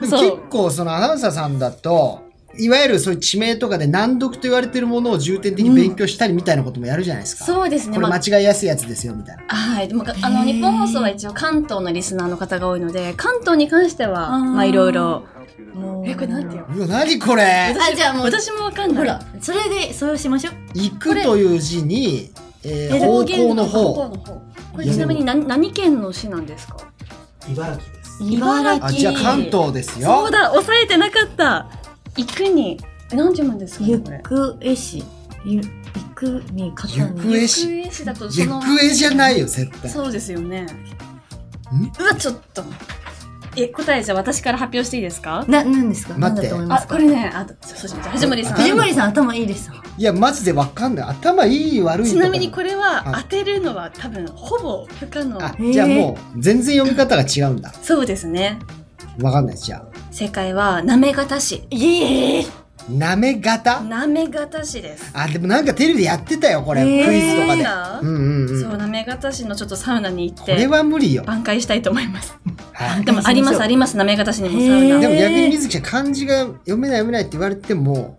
[SPEAKER 1] でも
[SPEAKER 3] そう
[SPEAKER 1] 結構そのアナウンサーさんだと。いわゆるそういう地名とかで難読と言われてるものを重点的に勉強したりみたいなこともやるじゃないですか。
[SPEAKER 3] そうですね
[SPEAKER 1] これ
[SPEAKER 3] まあ
[SPEAKER 1] 間違いやすいやつですよみたいな。
[SPEAKER 3] はい、でもかあの日本放送は一応関東のリスナーの方が多いので関東に関しては
[SPEAKER 2] あー
[SPEAKER 3] まあいろいろ
[SPEAKER 2] もう
[SPEAKER 3] えこれなんてよ
[SPEAKER 1] うわ、何これ
[SPEAKER 2] あじゃあもう
[SPEAKER 3] 私もわかんない
[SPEAKER 2] ほらそれでそうしましょう。
[SPEAKER 1] 行くという字に、えー、
[SPEAKER 2] え
[SPEAKER 1] 方向の
[SPEAKER 3] 方
[SPEAKER 1] 方。
[SPEAKER 3] 向の方これちなみに何何県の市なんですか
[SPEAKER 4] 茨城です。
[SPEAKER 2] 茨城
[SPEAKER 1] あ、じゃあ関東ですよ。
[SPEAKER 3] そうだ抑えてなかった行くにえ何て読むんですか
[SPEAKER 2] ゆ
[SPEAKER 3] ねこれ
[SPEAKER 2] くえしゆ行くに方
[SPEAKER 1] 行
[SPEAKER 2] に。
[SPEAKER 1] 方市。
[SPEAKER 3] 行方市だとそ
[SPEAKER 1] 行
[SPEAKER 3] の
[SPEAKER 1] 方じゃないよ、絶対。
[SPEAKER 3] そうですよねうわちょっとえ答えじゃあ私から発表していいですか
[SPEAKER 2] な何ですか。
[SPEAKER 1] 待って
[SPEAKER 2] 何だと思いま
[SPEAKER 3] あ
[SPEAKER 2] す
[SPEAKER 3] こ
[SPEAKER 2] か。
[SPEAKER 3] れねあとそうそうそうじゃあ藤森さ
[SPEAKER 1] あ
[SPEAKER 2] 藤
[SPEAKER 3] ん
[SPEAKER 2] 森さん頭いいです。
[SPEAKER 1] いや、マジでわかんない。頭いい、悪いと
[SPEAKER 3] ち
[SPEAKER 1] か
[SPEAKER 3] なみにこれは
[SPEAKER 1] はい
[SPEAKER 3] 当てるのは多分ほぼ不可能
[SPEAKER 1] あ、
[SPEAKER 2] へー
[SPEAKER 1] じゃあもう、全然読み方が違うんだ。
[SPEAKER 3] そうですね
[SPEAKER 1] わかんない。じゃ
[SPEAKER 3] 正解はなめがた市
[SPEAKER 2] い
[SPEAKER 1] あ、
[SPEAKER 2] え。
[SPEAKER 1] なめ方
[SPEAKER 3] なめがた市です
[SPEAKER 1] あ、でもなんかテレビでやってたよ、これ。
[SPEAKER 2] へー
[SPEAKER 1] クイズとかで。
[SPEAKER 3] か
[SPEAKER 1] うんうんう。
[SPEAKER 3] そう
[SPEAKER 1] こ
[SPEAKER 3] ん行方市のちょっとサウナに行って
[SPEAKER 1] れは無理よ。
[SPEAKER 3] 挽回したいと思 います。
[SPEAKER 1] はい
[SPEAKER 3] でもありますあります行方市にもサ
[SPEAKER 2] へ
[SPEAKER 3] ウ
[SPEAKER 2] ー
[SPEAKER 1] で
[SPEAKER 3] ナ。
[SPEAKER 1] も逆に水木ちゃん、漢字が読めない読めないって言われても、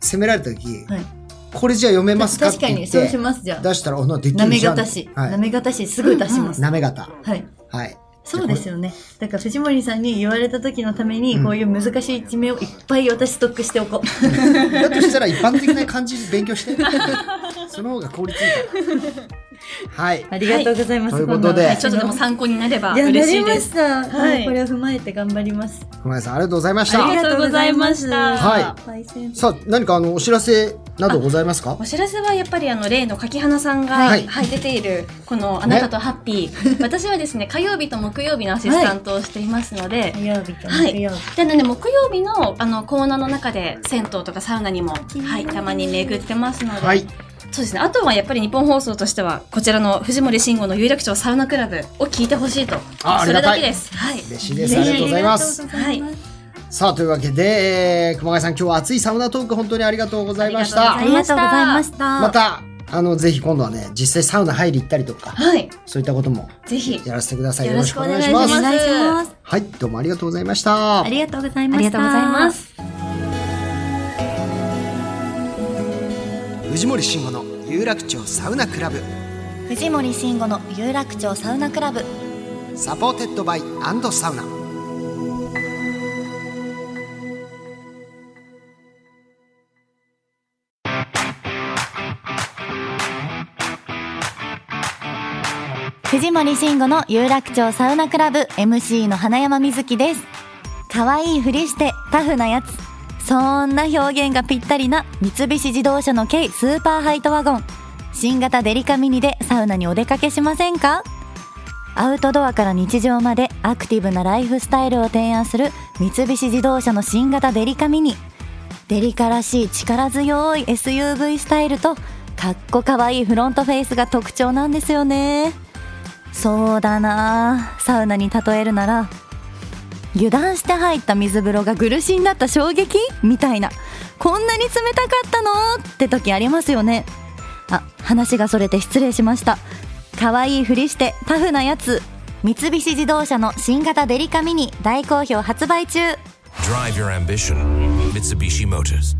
[SPEAKER 1] 責められた時、
[SPEAKER 2] はい
[SPEAKER 1] これじゃあ読めますかって
[SPEAKER 2] 確か
[SPEAKER 1] 言
[SPEAKER 2] に
[SPEAKER 1] っ
[SPEAKER 2] そう
[SPEAKER 1] て
[SPEAKER 2] し、ますじゃあ。
[SPEAKER 1] 出したら、おな、でき
[SPEAKER 2] な
[SPEAKER 1] る
[SPEAKER 2] め
[SPEAKER 1] じゃ
[SPEAKER 2] が
[SPEAKER 1] ん。
[SPEAKER 2] たし、
[SPEAKER 1] は。
[SPEAKER 2] ないめがたしすぐ出します。
[SPEAKER 1] なめ方。
[SPEAKER 2] はい。
[SPEAKER 1] はい。
[SPEAKER 2] そうですよね。だから藤森さんに言われた時のために、
[SPEAKER 1] うん
[SPEAKER 2] こういう難しい一面をいっぱい私ストックしておこう。
[SPEAKER 1] だとしたら一般的な漢字勉強して。その方が効率いいから。はい。
[SPEAKER 2] ありがとうございます。
[SPEAKER 1] はいということで
[SPEAKER 2] んな
[SPEAKER 3] ちょっとでも参考になれば
[SPEAKER 2] いや、な
[SPEAKER 3] 嬉し
[SPEAKER 2] り
[SPEAKER 3] い
[SPEAKER 2] ま
[SPEAKER 3] で
[SPEAKER 2] し
[SPEAKER 3] す。
[SPEAKER 2] た。は
[SPEAKER 3] はい
[SPEAKER 2] い。これを踏まえて頑張ります。
[SPEAKER 1] 熊谷さん、ありがとうございまし
[SPEAKER 3] あり
[SPEAKER 1] た。
[SPEAKER 3] がとうございました
[SPEAKER 1] は
[SPEAKER 2] パイセン
[SPEAKER 1] さあ、何かあの、お知らせなどございますか
[SPEAKER 3] お知らせはやっぱりあの例の柿花さんが、
[SPEAKER 1] は
[SPEAKER 3] はいい出ているこの「あなたとハッピ ー」私はですね火曜日と木曜日のアシスタントをしていますので、
[SPEAKER 2] 火曜日と
[SPEAKER 3] はい
[SPEAKER 2] 木曜日。
[SPEAKER 3] でね、木曜日のあのコーナーの中で銭湯とかサウナにも、はい、たまに巡ってますので、
[SPEAKER 1] はい。
[SPEAKER 3] そうですねあとはやっぱり日本放送としてはこちらの藤森慎吾の有楽町サウナクラブを聞いてほしいと
[SPEAKER 1] ああ
[SPEAKER 3] そ
[SPEAKER 1] り
[SPEAKER 3] れ
[SPEAKER 1] がた
[SPEAKER 3] だ
[SPEAKER 1] い
[SPEAKER 3] けです。はい
[SPEAKER 1] 嬉しいです。ありがとうございます。
[SPEAKER 2] ありがとうございます
[SPEAKER 1] さあ、というわけで、えー熊谷さん、今日は熱いサウナトーク、本当にありがとうございまし
[SPEAKER 3] あ
[SPEAKER 1] た
[SPEAKER 2] あ。
[SPEAKER 3] り
[SPEAKER 2] りが
[SPEAKER 3] がと
[SPEAKER 2] と
[SPEAKER 3] う
[SPEAKER 2] う
[SPEAKER 3] ご
[SPEAKER 2] ご
[SPEAKER 3] ざ
[SPEAKER 2] ざ
[SPEAKER 3] い
[SPEAKER 2] い
[SPEAKER 3] ま
[SPEAKER 2] ま
[SPEAKER 3] し
[SPEAKER 2] した。
[SPEAKER 1] また、あの、ぜひ今度はね、実際サウナ入り行ったりとか、
[SPEAKER 3] はい、
[SPEAKER 1] そういったことも
[SPEAKER 3] ぜひ
[SPEAKER 1] やらせてください。
[SPEAKER 3] よ
[SPEAKER 1] よ
[SPEAKER 3] ろ
[SPEAKER 1] ろ
[SPEAKER 3] し
[SPEAKER 1] し
[SPEAKER 3] く
[SPEAKER 1] く
[SPEAKER 3] お
[SPEAKER 1] お
[SPEAKER 3] 願
[SPEAKER 1] 願い
[SPEAKER 3] いし
[SPEAKER 1] し
[SPEAKER 2] お
[SPEAKER 3] ま
[SPEAKER 1] ますす。
[SPEAKER 2] 願いします。
[SPEAKER 1] はい、どうもありがとうございました
[SPEAKER 2] あ。りがとうございました。
[SPEAKER 3] ありがとうございます。
[SPEAKER 1] 藤森慎吾の有楽町サウナクラブ
[SPEAKER 2] 藤森慎吾の有楽町サウナクラブ
[SPEAKER 1] サポーテッドバイサウナ
[SPEAKER 2] 藤森慎吾の有楽町サウナクラブ MC の花山瑞希です可愛いふりしてタフなやつそんな表現がぴったりな三菱自動車の軽スーパーハイトワゴン新型デリカミニでサウナにお出かけしませんかアウトドアから日常までアクティブなライフスタイルを提案する三菱自動車の新型デリカミニデリカらしい力強い SUV スタイルとかっこかわいいフロントフェイスが特徴なんですよねそうだなあサウナに例えるなら油断して入った水風呂が苦しんだった衝撃みたいなこんなに冷たかったのって時ありますよねあ話がそれて失礼しました可愛いふりしてタフなやつ三菱自動車の新型デリカミニ大好評発売中
[SPEAKER 5] Drive your ambition. Mitsubishi Motors.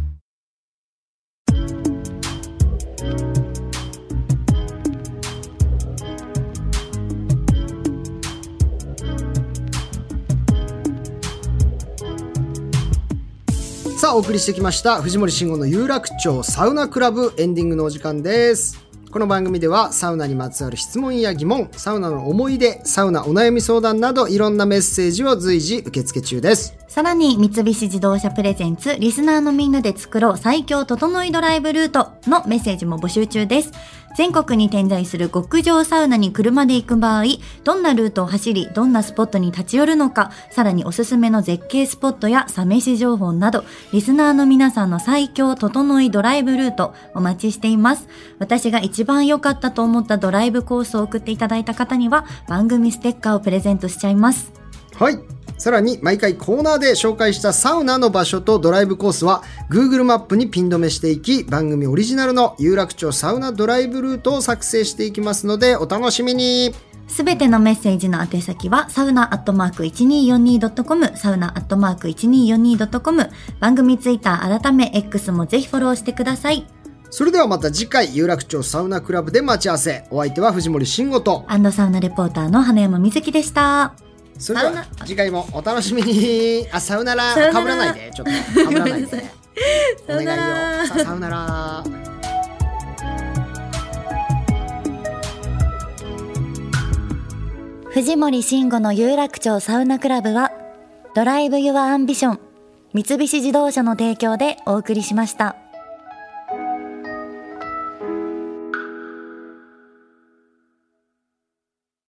[SPEAKER 1] さあお送りしてきました藤森慎吾の有楽町サウナクラブエンディングのお時間ですこの番組ではサウナにまつわる質問や疑問サウナの思い出サウナお悩み相談などいろんなメッセージを随時受付中です
[SPEAKER 2] さらに三菱自動車プレゼンツリスナーのみんなで作ろう最強整いドライブルートのメッセージも募集中です。全国に点在する極上サウナに車で行く場合、どんなルートを走り、どんなスポットに立ち寄るのか、さらにおすすめの絶景スポットやサ飯情報など、リスナーの皆さんの最強整いドライブルートお待ちしています。私が一番良かったと思ったドライブコースを送っていただいた方には、番組ステッカーをプレゼントしちゃいます。
[SPEAKER 1] はいさらに毎回コーナーで紹介したサウナの場所とドライブコースは Google マップにピン止めしていき番組オリジナルの有楽町サウナドライブルートを作成していきますのでお楽しみに
[SPEAKER 2] すべてのメッセージの宛先は、サウナアットマーク 1242.com、サウナアットマーク 1242.com、番組ツイッター改め X もぜひフォローしてください。
[SPEAKER 1] それではまた次回有楽町サウナクラブで待ち合わせお相手は藤森慎吾と
[SPEAKER 2] アンドサウナレポーターの花山瑞希でした。
[SPEAKER 1] それで
[SPEAKER 2] サ
[SPEAKER 1] は次回もお楽しみにあサウナラ
[SPEAKER 2] さよ
[SPEAKER 1] か
[SPEAKER 2] なら
[SPEAKER 1] ぶらないでちょっとかぶら ないでお願いよさサウナラ
[SPEAKER 2] 藤森慎吾の有楽町サウナクラブは、ドライブ・ユア・アンビション、三菱自動車の提供でお送りしました。